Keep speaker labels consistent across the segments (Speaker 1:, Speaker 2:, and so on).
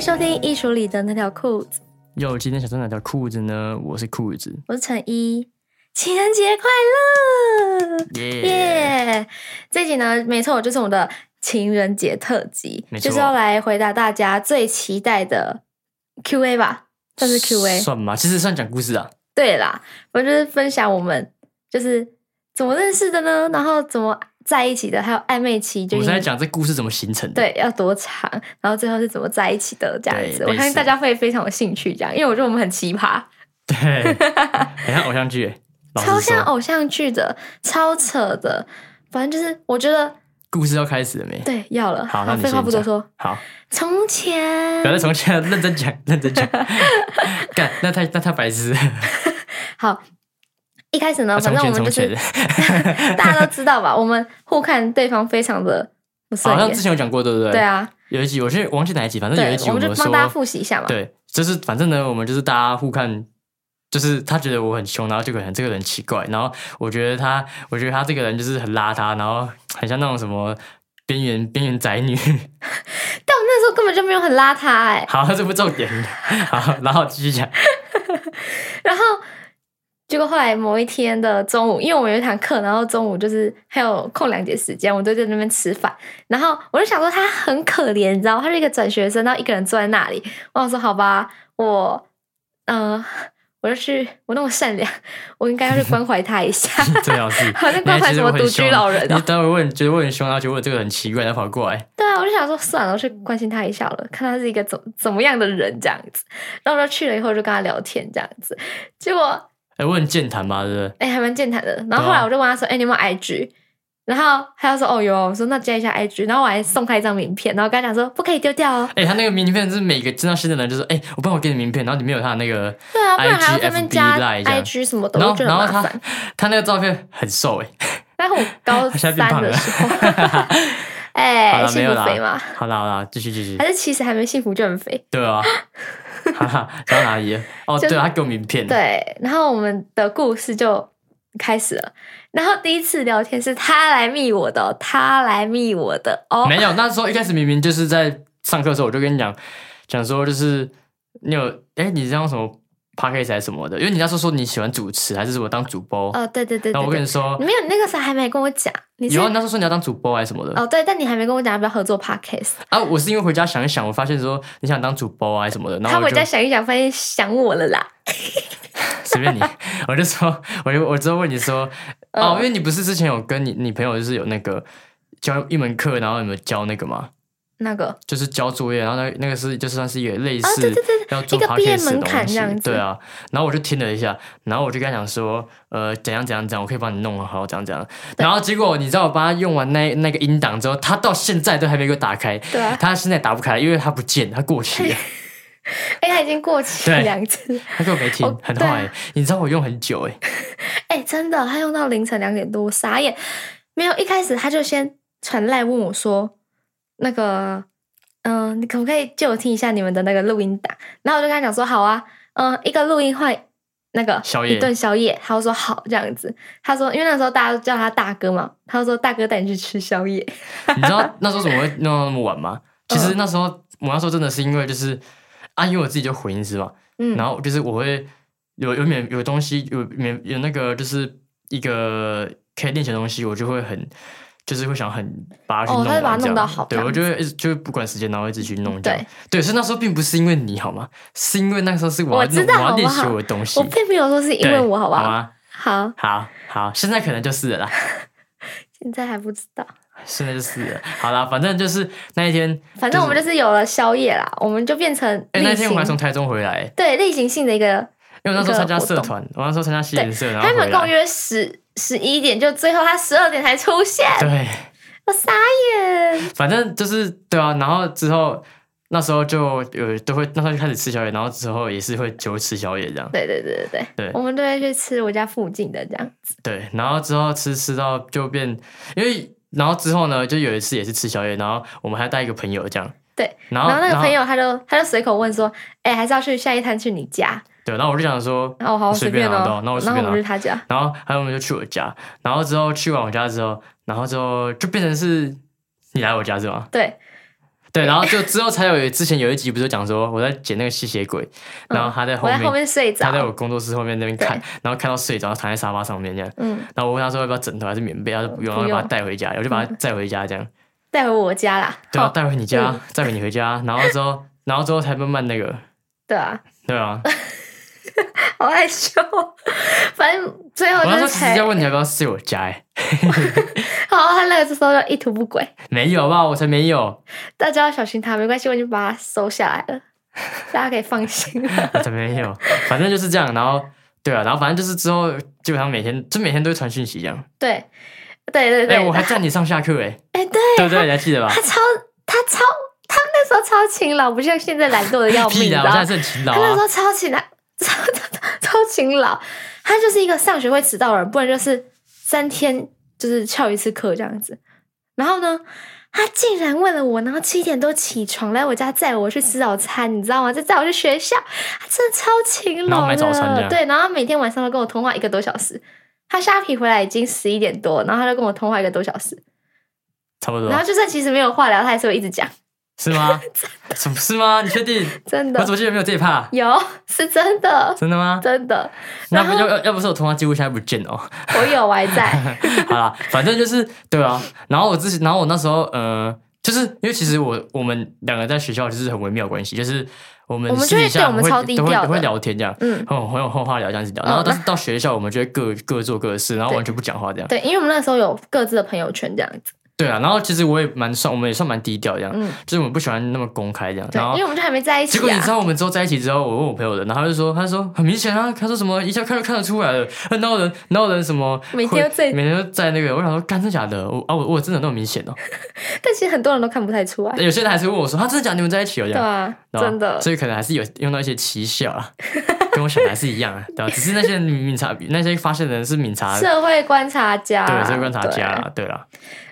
Speaker 1: 收听《艺术里的那条裤子》，
Speaker 2: 哟，今天想穿哪条裤子呢？我是裤子，
Speaker 1: 我是陈一。情人节快乐！
Speaker 2: 耶、
Speaker 1: 耶、这集呢，没错，就是我们的情人节特辑
Speaker 2: 没，错
Speaker 1: 就是要来回答大家最期待的 Q&A 吧，算是 Q&A。
Speaker 2: 算吗？其实算讲故事啊。
Speaker 1: 对啦，我就是分享我们就是怎么认识的呢，然后怎么在一起的，还有暧昧期，
Speaker 2: 我
Speaker 1: 就
Speaker 2: 们
Speaker 1: 是
Speaker 2: 是在讲这故事怎么形成的。
Speaker 1: 对，要多长，然后最后是怎么在一起的这样
Speaker 2: 对
Speaker 1: 子。我相
Speaker 2: 类
Speaker 1: 信
Speaker 2: 似
Speaker 1: 大家会非常有兴趣，这样，因为我觉得我们很奇葩，
Speaker 2: 对，很像偶像剧耶，老实
Speaker 1: 超像
Speaker 2: 说
Speaker 1: 偶像剧的，超扯的。反正就是，我觉得
Speaker 2: 故事要开始了没？
Speaker 1: 对，要了。
Speaker 2: 好那你
Speaker 1: 废话
Speaker 2: 先
Speaker 1: 不多
Speaker 2: 讲
Speaker 1: 说。
Speaker 2: 好，
Speaker 1: 从
Speaker 2: 不要
Speaker 1: 前，
Speaker 2: 再从现在认真 讲，认真讲。干，那太那太白痴了。
Speaker 1: 好，一开始呢，反
Speaker 2: 啊从
Speaker 1: 正我
Speaker 2: 前
Speaker 1: 们
Speaker 2: 从
Speaker 1: 就
Speaker 2: 前
Speaker 1: 是， 大家都知道吧，我们互看对方非常的不顺
Speaker 2: 好像
Speaker 1: 眼
Speaker 2: 之。前有讲过，对不对？
Speaker 1: 对。啊，
Speaker 2: 有一集，我是我忘记哪一集，反正有
Speaker 1: 对
Speaker 2: 一，集
Speaker 1: 我们就
Speaker 2: 们
Speaker 1: 帮大家
Speaker 2: 说，
Speaker 1: 复习一下嘛。
Speaker 2: 对，就是反正呢，我们就是大家互看，就是他觉得我很凶，然后这个人这个人奇怪，然后我觉得他，我觉得他这个人就是很邋遢，然后很像那种什么边缘边缘宅女。
Speaker 1: 但我那时候根本就没有很邋遢哎、
Speaker 2: 好，这不重点。好，然后继续讲。
Speaker 1: 然后结果后来某一天的中午，因为我们有一堂课，然后中午就是还有空两节时间，我们就在那边吃饭。然后我就想说他很可怜，你知道吗，他是一个转学生，然后一个人坐在那里。我想说好吧，我呃，我就去，我那么善良，我应该要去关怀他一下。
Speaker 2: 最好 是，
Speaker 1: 好像
Speaker 2: 你还
Speaker 1: 关怀
Speaker 2: 觉得
Speaker 1: 什
Speaker 2: 哎
Speaker 1: 么
Speaker 2: 我很
Speaker 1: 独居
Speaker 2: 凶
Speaker 1: 老人哦
Speaker 2: 你待会问，觉得我很凶，然后觉得我这个很奇怪，然后跑过来，
Speaker 1: 对啊，我就想说算了，我去关心他一下好了，看他是一个怎怎么样的人这样子。然后我就去了以后就跟他聊天这样子，结果
Speaker 2: 哎，我很健谈嘛，对不对？
Speaker 1: 哎、还蛮健谈的。然后后来我就问他说：“哎、你有没有 IG？” 然后他就说：“哦，有啊。”我说：“那加一下 IG。”然后我还送他一张名片，然后跟他讲说：“不可以丢掉哦。
Speaker 2: 哎、他那个名片是每个见到新的人就说，哎、我帮我给你名片，然后里面有他的那个”，
Speaker 1: 对啊，不然还要
Speaker 2: IG
Speaker 1: 在那
Speaker 2: FB
Speaker 1: 边加
Speaker 2: Line 这样
Speaker 1: IG 什么哦的，
Speaker 2: 然
Speaker 1: 我
Speaker 2: 后
Speaker 1: 觉得
Speaker 2: 然后
Speaker 1: 很麻
Speaker 2: 他
Speaker 1: 烦。
Speaker 2: 他那个照片很瘦哎、
Speaker 1: 但是我高
Speaker 2: 他现在变
Speaker 1: 三
Speaker 2: 胖
Speaker 1: 的
Speaker 2: 了
Speaker 1: 时候，哎、
Speaker 2: 好了没
Speaker 1: 幸
Speaker 2: 有
Speaker 1: 福
Speaker 2: 啦嗯
Speaker 1: 肥嘛，
Speaker 2: 好啦好啦，继续继续
Speaker 1: 还，是其实还没幸福就很肥。
Speaker 2: 对啊，哈哈，讲到哪里了？哦，
Speaker 1: 就是
Speaker 2: 对，他给我名片，，
Speaker 1: 对，然后我们的故事就开始了。然后第一次聊天是他来密我的哦，他来密我的哦，
Speaker 2: 没有，那时候一开始明明就是在上课的时候，我就跟你讲讲说，就是你有哎、你这样什么 p a c k a g e 还是什么的，因为你那时候说你喜欢主持还是什么当主播，
Speaker 1: 哦，对对对
Speaker 2: 然
Speaker 1: 对
Speaker 2: 后我跟
Speaker 1: 对
Speaker 2: 你，说。
Speaker 1: 没有，你那个时候还没跟我讲，你是
Speaker 2: 有啊，那时候说你要当主播还是什么的、
Speaker 1: 哦，对，但你还没跟我讲要不要合作 podcast。
Speaker 2: 啊？我是因为回家想一想，我发现说你想当主播啊还是什么的，然
Speaker 1: 他
Speaker 2: 后我
Speaker 1: 回
Speaker 2: 就
Speaker 1: 家想一想，发现想我了啦。
Speaker 2: 随 便你，我就说，我就我之后问你说，
Speaker 1: 嗯
Speaker 2: 哦，因为你不是之前有跟你你朋友就是有那个教一门课，然后你们教那个嘛，
Speaker 1: 那个
Speaker 2: 就是交作业，然后那那个是就算是一个类
Speaker 1: 啊，
Speaker 2: 似
Speaker 1: 对对对，
Speaker 2: 要做
Speaker 1: 一个毕业
Speaker 2: podcast 的
Speaker 1: 门槛
Speaker 2: 东西
Speaker 1: 这样，子
Speaker 2: 对啊。然后我就听了一下，然后我就跟他讲说，呃，怎样怎样怎样，我可以帮你弄啊好，怎样怎样。然后结果你知道我帮他用完那那个音档之后，他到现在都还没给我打开，
Speaker 1: 对啊，
Speaker 2: 他现在打不开，因为他不见，他过期 了，
Speaker 1: 哎，他已经过期
Speaker 2: 对
Speaker 1: 两次，
Speaker 2: 他根本没听
Speaker 1: 哦，
Speaker 2: 很
Speaker 1: 对啊
Speaker 2: 坏。你知道我用很久哎，
Speaker 1: 哎，真的，他用到凌晨两点多，我傻眼。没有，一开始他就先传赖问我说，那个，嗯、你可不可以借我听一下你们的那个录音档？然后我就跟他讲说，好啊，嗯、一个录音换那个
Speaker 2: 宵夜
Speaker 1: 一顿宵夜，他就说好这样子。他说，因为那时候大家都叫他大哥嘛，他就说大哥带你去吃宵夜。
Speaker 2: 你知道那时候怎么会弄到那么晚吗？其
Speaker 1: 嗯
Speaker 2: 实那时候我那时候真的是因为就是啊，因为我自己就混音师嘛，
Speaker 1: 嗯，
Speaker 2: 然后就是我会有有免有东西有免有那个就是一个可以练习的东西，我就会很就是会想很把它去
Speaker 1: 哦
Speaker 2: 弄
Speaker 1: 他会把它
Speaker 2: 完这
Speaker 1: 弄到
Speaker 2: 样
Speaker 1: 好
Speaker 2: 对
Speaker 1: 这
Speaker 2: 我
Speaker 1: 样
Speaker 2: 就会一直就会不管时间，然后一直去弄这样
Speaker 1: 对。
Speaker 2: 对，所以那时候并不是因为你好吗？是因为那时候是我
Speaker 1: 我
Speaker 2: 要
Speaker 1: 知
Speaker 2: 弄
Speaker 1: 道
Speaker 2: 我
Speaker 1: 好
Speaker 2: 要
Speaker 1: 不
Speaker 2: 练习
Speaker 1: 好
Speaker 2: 我的东西
Speaker 1: 我，并没有说是因为
Speaker 2: 对
Speaker 1: 我，好不
Speaker 2: 好
Speaker 1: 好？
Speaker 2: 吗？
Speaker 1: 好，
Speaker 2: 好好，现在可能就是了啦。
Speaker 1: 现在还不知道，
Speaker 2: 现在就是了，好啦，反正就是那一天，
Speaker 1: 反正我们就是有了宵夜啦，我们就变成
Speaker 2: 哎、
Speaker 1: 例
Speaker 2: 那天我还
Speaker 1: 行
Speaker 2: 从台中回来，
Speaker 1: 对例行性的一个，
Speaker 2: 因为我那时候参加
Speaker 1: 一个活
Speaker 2: 社
Speaker 1: 动
Speaker 2: 团，我那时候参加西
Speaker 1: 对
Speaker 2: 研社，然后
Speaker 1: 他
Speaker 2: 回
Speaker 1: 们跟我
Speaker 2: 来，
Speaker 1: 约十十一点，就最后他十二点才出现，
Speaker 2: 对，
Speaker 1: 我傻眼。
Speaker 2: 反正就是对啊，然后之后那时候就有都会那时候就开始吃宵夜，然后之后也是会就会吃宵夜这样，
Speaker 1: 对对对对
Speaker 2: 对
Speaker 1: 我们都会去吃我家附近的这样，
Speaker 2: 对，然后之后吃吃到就变，因为然后之后呢，就有一次也是吃宵夜，然后我们还带一个朋友这样，
Speaker 1: 对，
Speaker 2: 然
Speaker 1: 然
Speaker 2: 后
Speaker 1: 后那个朋友他就他就随口问说，哎、还是要去下一摊去你家？
Speaker 2: 对，然后我就想说，
Speaker 1: 然后我好
Speaker 2: 随
Speaker 1: 便
Speaker 2: 便啊
Speaker 1: 哦
Speaker 2: 对啊，那我随
Speaker 1: 然后
Speaker 2: 便
Speaker 1: 我
Speaker 2: 啊
Speaker 1: 们去他家，
Speaker 2: 然后还有我们就去我家，然后之后去完我家之后，然后之后就变成是你来我家是吗？
Speaker 1: 对，
Speaker 2: 对，然后就之后才有之前有一集不是讲说我在剪那个吸血鬼，然后他在后
Speaker 1: 我在
Speaker 2: 面，
Speaker 1: 后面睡
Speaker 2: 他在我
Speaker 1: 着，
Speaker 2: 工作室后面那边看，然后看到睡着，躺在沙发上面这样。
Speaker 1: 嗯，
Speaker 2: 然后我问他说要不要枕头还是棉被，啊他说不用，然
Speaker 1: 不
Speaker 2: 后把
Speaker 1: 用
Speaker 2: 他带回家，我就把他带回家这样。
Speaker 1: 带回我家啦。
Speaker 2: 对啊，
Speaker 1: 哦
Speaker 2: 带回你家，带回你回家，然后之 后，然后之后才慢慢那个，
Speaker 1: 对啊，
Speaker 2: 对 啊。
Speaker 1: 好害羞。 反正最后
Speaker 2: 我那时
Speaker 1: 就
Speaker 2: 候
Speaker 1: 是
Speaker 2: 其实
Speaker 1: 陪
Speaker 2: 要，问你要不要睡我家，哎，
Speaker 1: 好，他那个时候就一图不轨，
Speaker 2: 没有吧，我才没有，
Speaker 1: 大家要小心他，没关系，我已经把他收下来了，大家可以放 心了。
Speaker 2: 我才没有，反正就是这样。然后，对啊，然后反正就是之后基本上每天就每天都会传讯息这样。
Speaker 1: 对，对对对，
Speaker 2: 哎，我还占你上下课， 哎，
Speaker 1: 哎对
Speaker 2: 对不对？你还记得吧？
Speaker 1: 他超他超他那时候超勤劳，不像现在懒惰的要命，你
Speaker 2: 屁啊
Speaker 1: 知
Speaker 2: 啦，
Speaker 1: 道
Speaker 2: 我现
Speaker 1: 吗
Speaker 2: 在？是很勤劳
Speaker 1: 他那时
Speaker 2: 啊。
Speaker 1: 候超勤劳，超超超勤劳，他就是一个上学会迟到的人，不然就是三天就是翘一次课这样子。然后呢，他竟然为了我，然后七点多起床来我家载我去吃早餐，你知道吗？就载我去学校，他真的超勤
Speaker 2: 然后
Speaker 1: 劳
Speaker 2: 买早餐这
Speaker 1: 的。
Speaker 2: 样
Speaker 1: 对，然后每天晚上都跟我通话一个多小时。他下皮回来已经十一点多，然后他就跟我通话一个多小时，
Speaker 2: 差不多
Speaker 1: 然后就算其实没有话聊，他还是会一直讲，
Speaker 2: 是 吗？什么是吗？你确定？
Speaker 1: 真
Speaker 2: 我
Speaker 1: 的
Speaker 2: 怎么记得没有这一趴？
Speaker 1: 有是真的，
Speaker 2: 真的吗？
Speaker 1: 真的。
Speaker 2: 那
Speaker 1: 然
Speaker 2: 不
Speaker 1: 后
Speaker 2: 要要不是我通话记录现在不见了哦。
Speaker 1: 我有我还在，
Speaker 2: 好啦，反正就是对啊。然后我之前，然后我那时候呃，就是因为其实我我们两个在学校就是很微妙的关系，就是我们
Speaker 1: 我们
Speaker 2: 私
Speaker 1: 就会
Speaker 2: 底
Speaker 1: 对
Speaker 2: 下
Speaker 1: 我们
Speaker 2: 会
Speaker 1: 超低
Speaker 2: 都会
Speaker 1: 调的
Speaker 2: 都会聊天这样。
Speaker 1: 嗯。
Speaker 2: 很有很有后话聊这样子聊，然后但是到学校我们就会各各做各的事，然后
Speaker 1: 对
Speaker 2: 完全不讲话这样。
Speaker 1: 对，因为我们那时候有各自的朋友圈这样子，
Speaker 2: 对啊，然后其实我也蛮算，我们也算蛮低调这样，
Speaker 1: 嗯，
Speaker 2: 就是我们不喜欢那么公开这样。
Speaker 1: 对
Speaker 2: 然，后
Speaker 1: 因为我们就还没在一
Speaker 2: 结
Speaker 1: 起、啊。
Speaker 2: 果你知道我们之后在一起之后，我问我朋友的，然后他就说，他就说很明显啊，他说什么一下看就看得出来了，哪有人哪有人什么
Speaker 1: 每天都在
Speaker 2: 会每天都在那个，我想说干真假的，我啊我我真的有那么明显 哦，
Speaker 1: 但其实很多人都看不太出来，
Speaker 2: 有些人还是问我说，他、啊真的假的？你们在一起有这
Speaker 1: 对
Speaker 2: 样？
Speaker 1: 啊，
Speaker 2: 对吧
Speaker 1: 真的，
Speaker 2: 所以可能还是有用到一些奇效 啊，跟我想的还是一样啊，对吧？只是那些敏察那些发现的人是敏察，
Speaker 1: 社会观察家，
Speaker 2: 啊对，是观察家
Speaker 1: 啊对
Speaker 2: 啊，对啦，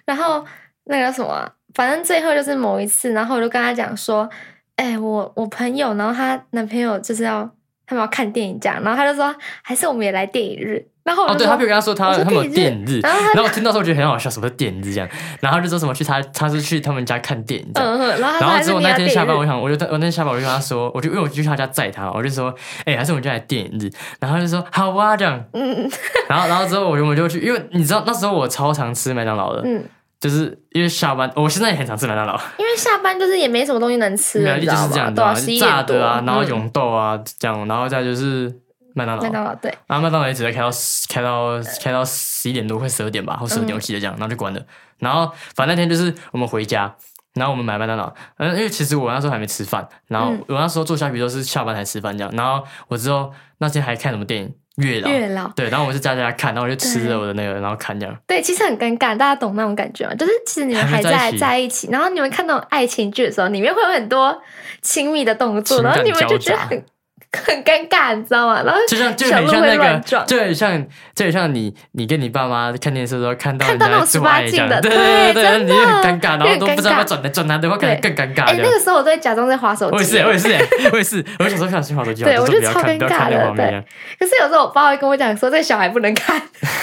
Speaker 1: 然后那个什么啊，反正最后就是某一次，然后我就跟他讲说，哎、我我朋友，然后她男朋友就是要他们要看电影这样，然后他就说，还是我们也来电影日。然后我
Speaker 2: 哦，
Speaker 1: 就
Speaker 2: 对
Speaker 1: 说，
Speaker 2: 他朋友跟他说
Speaker 1: 我
Speaker 2: 他
Speaker 1: 说
Speaker 2: 他们有
Speaker 1: 电
Speaker 2: 电日，
Speaker 1: 然后他
Speaker 2: 然后我听到时候觉得很好笑，什么是电日这样，然后他就说什么去他他是去他们家看电影这样。
Speaker 1: 嗯嗯，然后
Speaker 2: 然
Speaker 1: 他说
Speaker 2: 后
Speaker 1: 还
Speaker 2: 之
Speaker 1: 是
Speaker 2: 后
Speaker 1: 你
Speaker 2: 那
Speaker 1: 要
Speaker 2: 天
Speaker 1: 电
Speaker 2: 下
Speaker 1: 影
Speaker 2: 班，我
Speaker 1: 日，
Speaker 2: 想，我就我那天下班我就跟他说，我就因为我就去他家载他，我就说，哎、还是我们就来电影日。然后他就说好啊这样。
Speaker 1: 嗯
Speaker 2: 然后然后之后我就我们就去，因为你知道那时候我超常吃麦当劳的，
Speaker 1: 嗯，
Speaker 2: 就是因为下班，我现在也很常吃麦当劳，
Speaker 1: 因为下班就是也没什么东西能吃
Speaker 2: 没
Speaker 1: 了，
Speaker 2: 有
Speaker 1: 你
Speaker 2: 就
Speaker 1: 知道
Speaker 2: 是这
Speaker 1: 吗？
Speaker 2: 样
Speaker 1: 对
Speaker 2: 的、
Speaker 1: 啊，
Speaker 2: 就
Speaker 1: 十一
Speaker 2: 是炸
Speaker 1: 点多
Speaker 2: 的啊，然后
Speaker 1: 嗯
Speaker 2: 永豆啊、这样，然后再就是麦当劳
Speaker 1: 麦，当劳对。
Speaker 2: 然后麦当劳也只会开到开到开到十一点多，快十二点吧，或十二点
Speaker 1: 嗯
Speaker 2: 我记得这样，然后就关了。然后反正那天就是我们回家，然后我们买麦当劳，嗯，因为其实我那时候还没吃饭，然后
Speaker 1: 嗯
Speaker 2: 我那时候做虾皮都是下班才吃饭这样，然后我之后那天还看什么电影《月老》，
Speaker 1: 月老，
Speaker 2: 对，然后我是在家看，然后我就吃
Speaker 1: 对
Speaker 2: 了我的那个，然后看这样，
Speaker 1: 对，其实很尴尬，大家懂那种感觉吗？就是其实你们
Speaker 2: 还没在
Speaker 1: 还在
Speaker 2: 一起
Speaker 1: 在一起，然后你们看那种爱情剧的时候，里面会有很多亲密的动作，
Speaker 2: 情感
Speaker 1: 然后你们就觉
Speaker 2: 交
Speaker 1: 得
Speaker 2: 杂
Speaker 1: 很 很尴尬，你知道吗？然后
Speaker 2: 就像就
Speaker 1: 小
Speaker 2: 很
Speaker 1: 鹿
Speaker 2: 像
Speaker 1: 会
Speaker 2: 那个
Speaker 1: 乱撞，
Speaker 2: 就很像就很像你你跟你爸妈看电视的时候看到
Speaker 1: 看
Speaker 2: 人
Speaker 1: 到
Speaker 2: 家
Speaker 1: 那
Speaker 2: 在
Speaker 1: 种
Speaker 2: 做爱
Speaker 1: 18
Speaker 2: 这样，
Speaker 1: 禁的
Speaker 2: 对对
Speaker 1: 对
Speaker 2: 对，
Speaker 1: 真
Speaker 2: 你就很
Speaker 1: 的
Speaker 2: 尴尬，然后
Speaker 1: 有点
Speaker 2: 都不知道
Speaker 1: 尴
Speaker 2: 要不要
Speaker 1: 尬
Speaker 2: 转来转来的话，感觉更尴尬
Speaker 1: 哎、
Speaker 2: 这样
Speaker 1: 那。个时候我都会假装在划手机，
Speaker 2: 我也 是，我也是，我也是， 我小时候看《新华手机》，
Speaker 1: 对
Speaker 2: 就
Speaker 1: 我
Speaker 2: 说
Speaker 1: 就
Speaker 2: 不要
Speaker 1: 超
Speaker 2: 看，
Speaker 1: 尴
Speaker 2: 不要看
Speaker 1: 尬
Speaker 2: 那
Speaker 1: 的
Speaker 2: 个画面
Speaker 1: 对
Speaker 2: 啊。
Speaker 1: 可是有时候我爸会跟我讲说，这小孩不能看，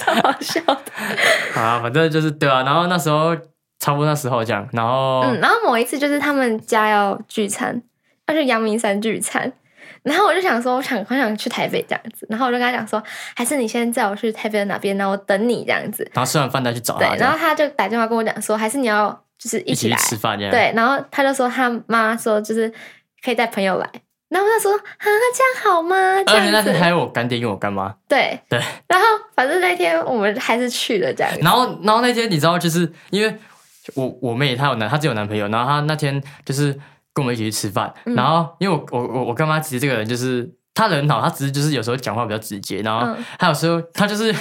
Speaker 1: 超好笑的。
Speaker 2: 好啊，反正就是对啊。然后那时候差不多那时候这样，然后、
Speaker 1: 嗯，然后某一次就是他们家要聚餐，要去阳明山聚餐，然后我就想说，我想很想去台北这样子，然后我就跟他讲说，还是你先载我去台北的哪边，然后我等你这样子。
Speaker 2: 然后吃完饭再去找
Speaker 1: 对
Speaker 2: 啊他，这
Speaker 1: 然
Speaker 2: 样
Speaker 1: 后，他就打电话跟我讲说，还是你要就是一
Speaker 2: 一起
Speaker 1: 起来
Speaker 2: 去，吃饭这样。，
Speaker 1: 对，然后他就说他妈说就是可以带朋友来。然后我就说啊，这样好吗？这
Speaker 2: 而啊呃且那
Speaker 1: 样子
Speaker 2: 天，还有我干爹跟我干妈。
Speaker 1: 对
Speaker 2: 对。
Speaker 1: 然后反正那天我们还是去了这样子。
Speaker 2: 然后，然后那天你知道，就是因为我我妹她有男，她只有男朋友，然后她那天就是跟我们一起去吃饭，
Speaker 1: 嗯
Speaker 2: 然后因为我我我我干妈其实这个人就是她人很好，她只是就是有时候讲话比较直接，然后
Speaker 1: 嗯
Speaker 2: 还有时候她就是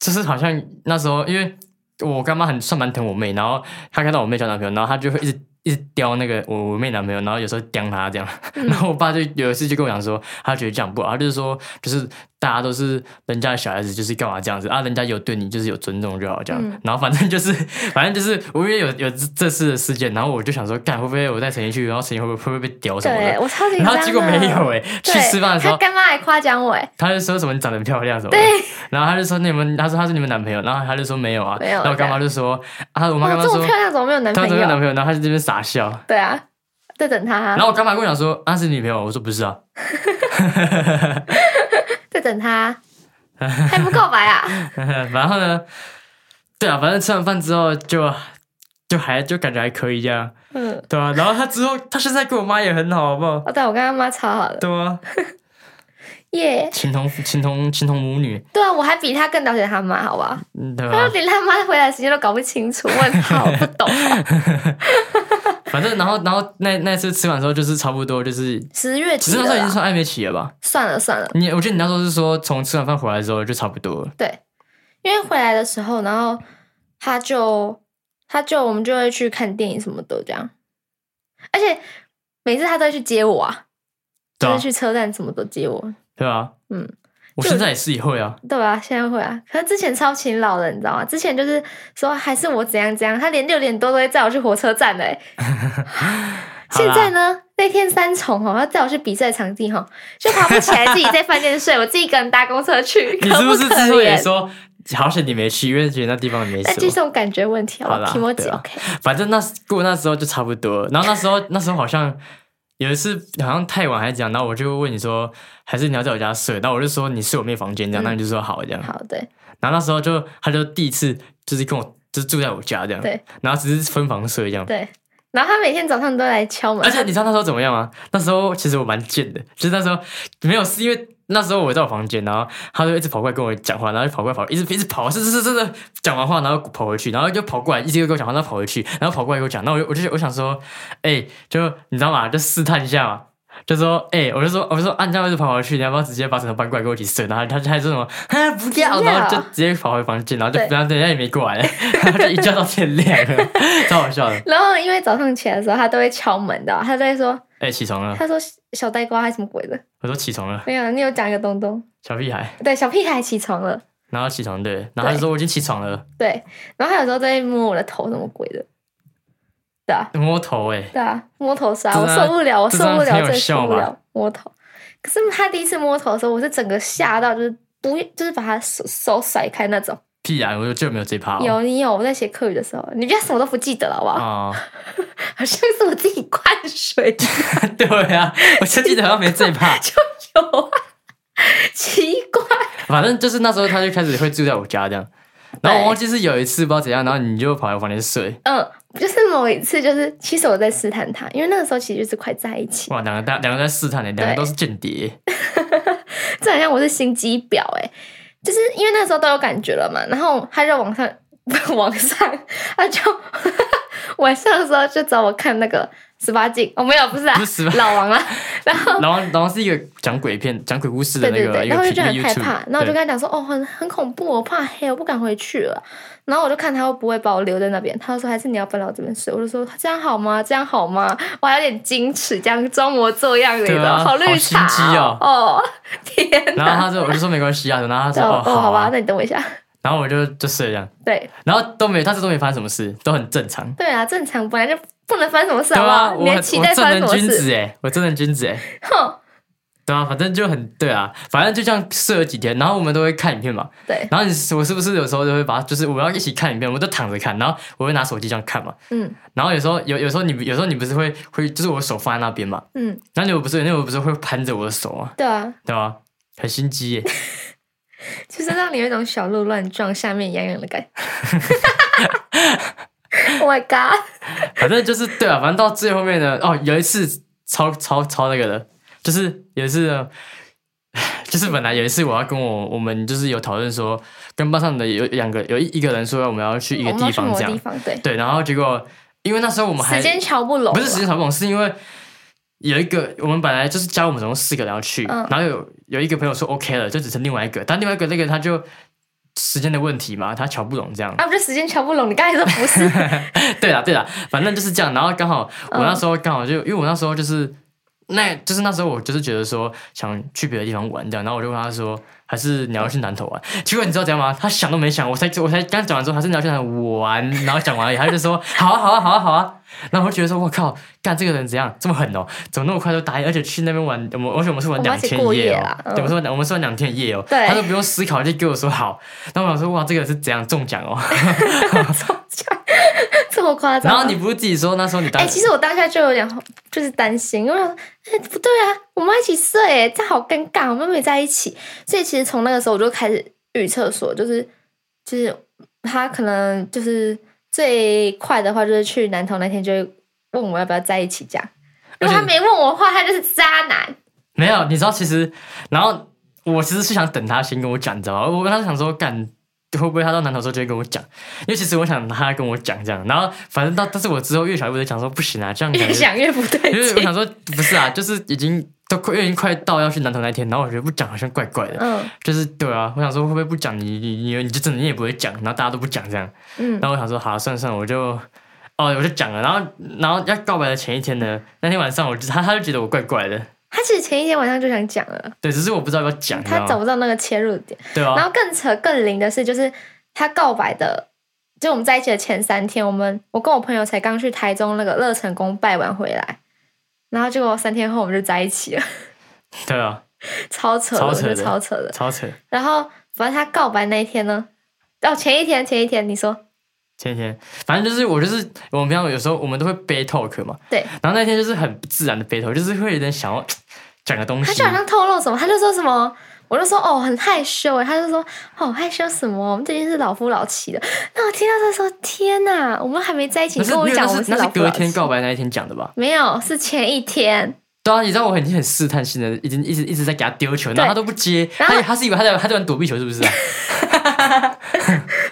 Speaker 2: 就是好像那时候因为我干妈很算蛮疼我妹，然后她看到我妹交男朋友，然后她就会一直。一直叼那个我我妹男朋友，然
Speaker 1: 嗯
Speaker 2: 后有时候叼她这样，然后我爸就有一次就跟我讲说，他觉得这样不好，他就是说，就是大家都是人家的小孩子，就是干嘛这样子啊？人家有对你就是有尊重就好，这样。
Speaker 1: 嗯
Speaker 2: 然后反正就是，反正就是，我因为有有这这次的事件，然后我就想说，干会不会我带陈奕迅，然后陈奕迅会不会会不会被屌什么
Speaker 1: 对
Speaker 2: 的？
Speaker 1: 我超紧
Speaker 2: 然
Speaker 1: 张
Speaker 2: 后
Speaker 1: 的，
Speaker 2: 结果没有哎、去
Speaker 1: 对
Speaker 2: 吃饭的时
Speaker 1: 他
Speaker 2: 候，哦
Speaker 1: 干妈还夸奖我哎，
Speaker 2: 他就说什么你长得很漂亮什么的
Speaker 1: 对，，
Speaker 2: 然后他就说你们，他说他是你们男朋友，然后他就说没有啊，
Speaker 1: 没有
Speaker 2: 然后我干妈就说啊， 我妈
Speaker 1: 哇
Speaker 2: 干妈
Speaker 1: 这
Speaker 2: 说
Speaker 1: 么漂亮怎么没有男
Speaker 2: 她
Speaker 1: 朋
Speaker 2: 怎么有男
Speaker 1: 友？
Speaker 2: 朋友，然后他就这边傻笑，
Speaker 1: 对啊，在等他
Speaker 2: 然
Speaker 1: 啊，
Speaker 2: 后我干妈跟我讲说啊是你女朋友，我说不是啊，
Speaker 1: 在 等他，还不告白啊？
Speaker 2: 然后呢，对啊，反正吃完饭之后就就还就感觉还可以这样，
Speaker 1: 嗯，
Speaker 2: 对啊，然后他之后他现在跟我妈也很好，好不好？
Speaker 1: 哦，对我跟他妈超好的，
Speaker 2: 对啊，
Speaker 1: 耶、
Speaker 2: 情同情同情同母女，
Speaker 1: 对啊，我还比他更了解他妈，好不好？
Speaker 2: 嗯对吧、
Speaker 1: 他连他妈回来的时间都搞不清楚，问号不 懂，
Speaker 2: 反正然后然后那那次吃完之后就是差不多就是，
Speaker 1: 十月
Speaker 2: 其
Speaker 1: 几
Speaker 2: 实那时候已
Speaker 1: 了
Speaker 2: 经
Speaker 1: 啦，
Speaker 2: 算暧昧期了吧？
Speaker 1: 算了算了，
Speaker 2: 你我记得你那时候是说从吃完饭回来之后就差不多了。
Speaker 1: 对，因为回来的时候，然后他就他就我们就会去看电影什么的这样，而且每次他都会去接我啊，
Speaker 2: 对
Speaker 1: 就
Speaker 2: 啊
Speaker 1: 是去车站什么都接我，
Speaker 2: 对啊，
Speaker 1: 嗯，
Speaker 2: 我
Speaker 1: 就
Speaker 2: 现在也是也会啊，
Speaker 1: 对吧、现在会啊，可是之前超勤劳的，你知道吗？之前就是说还是我怎样怎样，他连六点多都会载我去火车 站嘞、现在呢，那天三重哦，他载我去比赛场地哈，就爬不起来，自己在饭店睡，我自己一个人搭公车 去，
Speaker 2: 你
Speaker 1: 可
Speaker 2: 是不是
Speaker 1: 可
Speaker 2: 之后也
Speaker 1: 怜？
Speaker 2: 说好险你没去，因为觉得那地方没
Speaker 1: 那
Speaker 2: 什
Speaker 1: 就
Speaker 2: 么。
Speaker 1: 是我感觉问题好
Speaker 2: 好啦
Speaker 1: 吧，提莫吉
Speaker 2: 对啊
Speaker 1: OK，
Speaker 2: 反正那过那时候就差不多了，然后那时候那时候好像有一次好像太晚还是怎样，然后我就问你说还是你要在我家睡，然后我就说你睡我妹房间这样，
Speaker 1: 嗯
Speaker 2: 那你就说好这样，
Speaker 1: 好对
Speaker 2: 然后那时候就他就第一次就是跟我就是住在我家这样，
Speaker 1: 对，
Speaker 2: 然后只是分房睡这样。
Speaker 1: 对。然后他每天早上都来敲门，
Speaker 2: 而且你知道那时候怎么样吗？那时候其实我蛮贱的，就是那时候没有，是因为那时候我在我房间，然后他就一直跑过来跟我讲话，然后就跑过来跑，一直一直跑，是是是真的讲完话，然后跑回去，然后就跑过来一直跟我讲话，然后跑回去，然后跑过来跟我讲，那我就我就我想说，哎、就你知道吗？就试探一下嘛。就说，哎、我就说，我就说，按、啊、你这样一直跑回去，你要不要直接把枕头搬过来跟我一起睡？然后他他还说什么，啊，不要，
Speaker 1: 不要
Speaker 2: 然后就直接跑回房间，然后就
Speaker 1: 对
Speaker 2: 然后等一下也没过 来，然后就一觉到天亮了， 超好笑的。
Speaker 1: 然后因为早上起来的时候，他都会敲门的，哦他都会说，
Speaker 2: 哎、起床了，
Speaker 1: 他说小呆瓜还是什么鬼的，
Speaker 2: 我说起床了，
Speaker 1: 没有，啊你有讲一个东东，
Speaker 2: 小屁孩。
Speaker 1: 对，小屁孩起床了，
Speaker 2: 然后起床对，然后他就说我已经起床了，
Speaker 1: 对，然后他有时候都会摸我的头，什么鬼的，对啊，
Speaker 2: 摸头哎、
Speaker 1: 对啊，摸头杀，
Speaker 2: 这
Speaker 1: 我
Speaker 2: 张
Speaker 1: 受不了，我
Speaker 2: 这
Speaker 1: 受不
Speaker 2: 张很
Speaker 1: 了，
Speaker 2: 有
Speaker 1: 真的受
Speaker 2: 效
Speaker 1: 不
Speaker 2: 吧
Speaker 1: 了摸头。可是他第一次摸头的时候，我是整个吓到，就是不就是把他手手甩开那种。
Speaker 2: 屁啊！我就就没有这趴、哦。
Speaker 1: 有你有我在写课语的时候，你觉得什么都不记得了好不好？
Speaker 2: 啊、
Speaker 1: 好像是我自己灌水的
Speaker 2: 对啊，我就记得好像没这 趴。
Speaker 1: 就有啊，奇怪。
Speaker 2: 反正就是那时候他就开始会住在我家这样，然后
Speaker 1: 对
Speaker 2: 我忘记是有一次不知道怎样，然后你就跑来我房间睡，
Speaker 1: 嗯，就是某一次，就是其实我在试探他，因为那个时候其实就是快在一起，
Speaker 2: 哇，两个大两个在试探你，两个都是间 谍，
Speaker 1: 这好像我是心机婊哎、就是因为那时候都有感觉了嘛，然后他就往上 往上，他就晚上的时候就找我看那个十八禁，哦没有不是啊
Speaker 2: 不是18，
Speaker 1: 老王啊，然后
Speaker 2: 然后然后是一个讲鬼片、讲鬼故事的
Speaker 1: 对
Speaker 2: 那
Speaker 1: 对
Speaker 2: 个
Speaker 1: 对，
Speaker 2: 一
Speaker 1: 然
Speaker 2: 个
Speaker 1: 后就
Speaker 2: 频
Speaker 1: 觉得
Speaker 2: 道
Speaker 1: 很害
Speaker 2: YouTube，
Speaker 1: 怕，然后我就跟
Speaker 2: 对
Speaker 1: 他讲说，哦很很恐怖，我怕黑，我不敢回去了，然后我就看他会不会把我留在那边，他就说还是你要搬到我这边睡，我就说这样好吗？这样好吗？我还有点矜持，这样装模作样的，你
Speaker 2: 对
Speaker 1: 知
Speaker 2: 啊
Speaker 1: 道吗，好
Speaker 2: 好
Speaker 1: 绿
Speaker 2: 心
Speaker 1: 茶
Speaker 2: 机哦
Speaker 1: 哦， 天
Speaker 2: 然后
Speaker 1: 哪！
Speaker 2: 他就我就说没关系啊，然后他
Speaker 1: 对
Speaker 2: 说
Speaker 1: 哦，
Speaker 2: 好
Speaker 1: 好吧，
Speaker 2: 啊，
Speaker 1: 那你等我一下。
Speaker 2: 然后我就就睡这样，
Speaker 1: 对
Speaker 2: 然后都没，但是都没发生什么事，都很正常。
Speaker 1: 对啊，正常本来就不能发生什么事，
Speaker 2: 对
Speaker 1: 好不
Speaker 2: 啊，
Speaker 1: 好？
Speaker 2: 我
Speaker 1: 你
Speaker 2: 很
Speaker 1: 还期待
Speaker 2: 我
Speaker 1: 发
Speaker 2: 正
Speaker 1: 生
Speaker 2: 人
Speaker 1: 什么
Speaker 2: 君
Speaker 1: 事？
Speaker 2: 子哎，我正人君子哎。
Speaker 1: 哼，
Speaker 2: 对啊，反正就很对啊，反正就这样试了几天，然后我们都会看影片嘛。
Speaker 1: 对，
Speaker 2: 然后你我是不是有时候就会把，就是我要一起看影片，我就躺着看，然后我会拿手机这样看嘛。
Speaker 1: 嗯
Speaker 2: 然后有时候有有时候你有时候你不是会会就是我手放在那边嘛，
Speaker 1: 嗯，
Speaker 2: 然后你不是那我不是会攀着我的手嘛，
Speaker 1: 对啊，
Speaker 2: 对吧、很心机耶，
Speaker 1: 就是让你有一种小鹿乱撞、下面痒痒的 感觉。Oh my god！
Speaker 2: 反正就是对啊，反正到最后面呢，哦，有一次超超超那个的，就是有一次呢， 就是本来有一次我要跟我我们就是有讨论说，跟班上的有两个有一一个人说我们要去一个
Speaker 1: 我们要
Speaker 2: 地
Speaker 1: 去
Speaker 2: 方
Speaker 1: 某
Speaker 2: 这
Speaker 1: 个
Speaker 2: 样
Speaker 1: 地，方，对，
Speaker 2: 对，然后结果因为那时候我们还
Speaker 1: 时间瞧不拢
Speaker 2: 不
Speaker 1: 了，
Speaker 2: 是时间长不懂，是因为有一个我们本来就是加我们总共四个人要去，
Speaker 1: 嗯
Speaker 2: 然后有有一个朋友说 OK 了，就只剩另外一个，但另外一个那个他就时间的问题嘛，他瞧不懂这样。
Speaker 1: 啊，不是时间瞧不拢，你刚才说不 是？
Speaker 2: 对啦对啦，反正就是这样。然后刚好我
Speaker 1: 嗯
Speaker 2: 那时候刚好就因为我那时候就是那就是那时候我就是觉得说想去别的地方玩这样，然后我就问他说，还是你要去南投玩？ 结果你知道怎样吗？他想都没想，我才我才刚讲完之后，还是你要去南投玩，然后讲完了以后，他就说好啊好啊好啊好啊，然后我就觉得说我靠，干这个人怎样这么狠哦？怎么那么快就答应？而且去那边玩，我们而且我们是玩
Speaker 1: 我们
Speaker 2: 两
Speaker 1: 一起
Speaker 2: 天
Speaker 1: 过
Speaker 2: 一夜
Speaker 1: 夜
Speaker 2: 哦
Speaker 1: 啦，嗯
Speaker 2: 对，我们是玩我们是玩两天一夜哦，
Speaker 1: 对
Speaker 2: 他都不用思考就给我说好，然后我想说哇，这个是怎样中奖哦？
Speaker 1: 这么夸张
Speaker 2: 然
Speaker 1: 吗？
Speaker 2: 后你不是自己说那时候你当
Speaker 1: 哎、其实我当下就有点就是担心，因为我想哎、不对啊，我们一起睡、哎，这样好尴尬，我们没在一起。所以其实从那个时候我就开始预测说，就是就是他可能就是最快的话，就是去南投那天就会问我要不要在一起这样。如
Speaker 2: 而且
Speaker 1: 果他没问我的话，他就是渣 男。
Speaker 2: 没有，你知道，其实，然后我其实是想等他先跟我讲，你知道吗？我当时想说，干会不会他到南头之后就会跟我讲？因为其实我想他跟我讲这样，然后反正到，但是我之后越想越讲说不行啊，这样感
Speaker 1: 越
Speaker 2: 觉，
Speaker 1: 想越不对
Speaker 2: 因为我
Speaker 1: 劲。
Speaker 2: 想说不是啊，就是已经都快，已经快到要去南头那天，然后我觉得不讲好像怪怪的，
Speaker 1: 嗯
Speaker 2: 就是对啊，我想说会不会不讲你你你你就真的你也不会讲，然后大家都不讲这样，
Speaker 1: 嗯
Speaker 2: 然后我想说，好、算了算了，我就，哦，我就讲了，然后然后要告白的前一天呢，那天晚上我就他他就觉得我怪怪的。
Speaker 1: 他其实前一天晚上就想讲了，
Speaker 2: 对，只是我不知道要不要讲，你知
Speaker 1: 他
Speaker 2: 道
Speaker 1: 找
Speaker 2: 吗？
Speaker 1: 不到那个切入点。
Speaker 2: 对
Speaker 1: 然
Speaker 2: 啊，
Speaker 1: 后更扯更灵的是，就是他告白的，就我们在一起的前三天，我们我跟我朋友才刚去台中那个乐成宫拜完回来，然后结果三天后我们就在一起了，
Speaker 2: 对啊，
Speaker 1: 超扯的，
Speaker 2: 超
Speaker 1: 我
Speaker 2: 扯
Speaker 1: 觉得
Speaker 2: 的
Speaker 1: 超扯的。
Speaker 2: 超扯。
Speaker 1: 然后反正他告白那一天呢，哦，前一天前一天你说
Speaker 2: 前一天，反正就是我就是我们平常有时候我们都会 b talk 嘛，
Speaker 1: 对，
Speaker 2: 然后那天就是很自然的 b talk，就是会有点想要讲个东
Speaker 1: 他
Speaker 2: 西
Speaker 1: 就，好像透露什么，他就说什么。我就说哦，很害羞哎，他就说哦，害羞什么？我们最近是老夫老妻的。那我听到这时候，天哪，我们还没在一起，
Speaker 2: 那
Speaker 1: 你
Speaker 2: 是
Speaker 1: 跟我
Speaker 2: 没有
Speaker 1: 讲
Speaker 2: 那
Speaker 1: 我们
Speaker 2: 是那
Speaker 1: 老
Speaker 2: 是
Speaker 1: 夫
Speaker 2: 隔
Speaker 1: 老妻
Speaker 2: 天，告白那一天讲的吧？
Speaker 1: 没有，是前一天。
Speaker 2: 对啊，你知道我很已经很试探性的，已经一直一直在给他丢球，然后他都不接，
Speaker 1: 然后
Speaker 2: 他他是以为他在他在玩躲避球是不 是啊？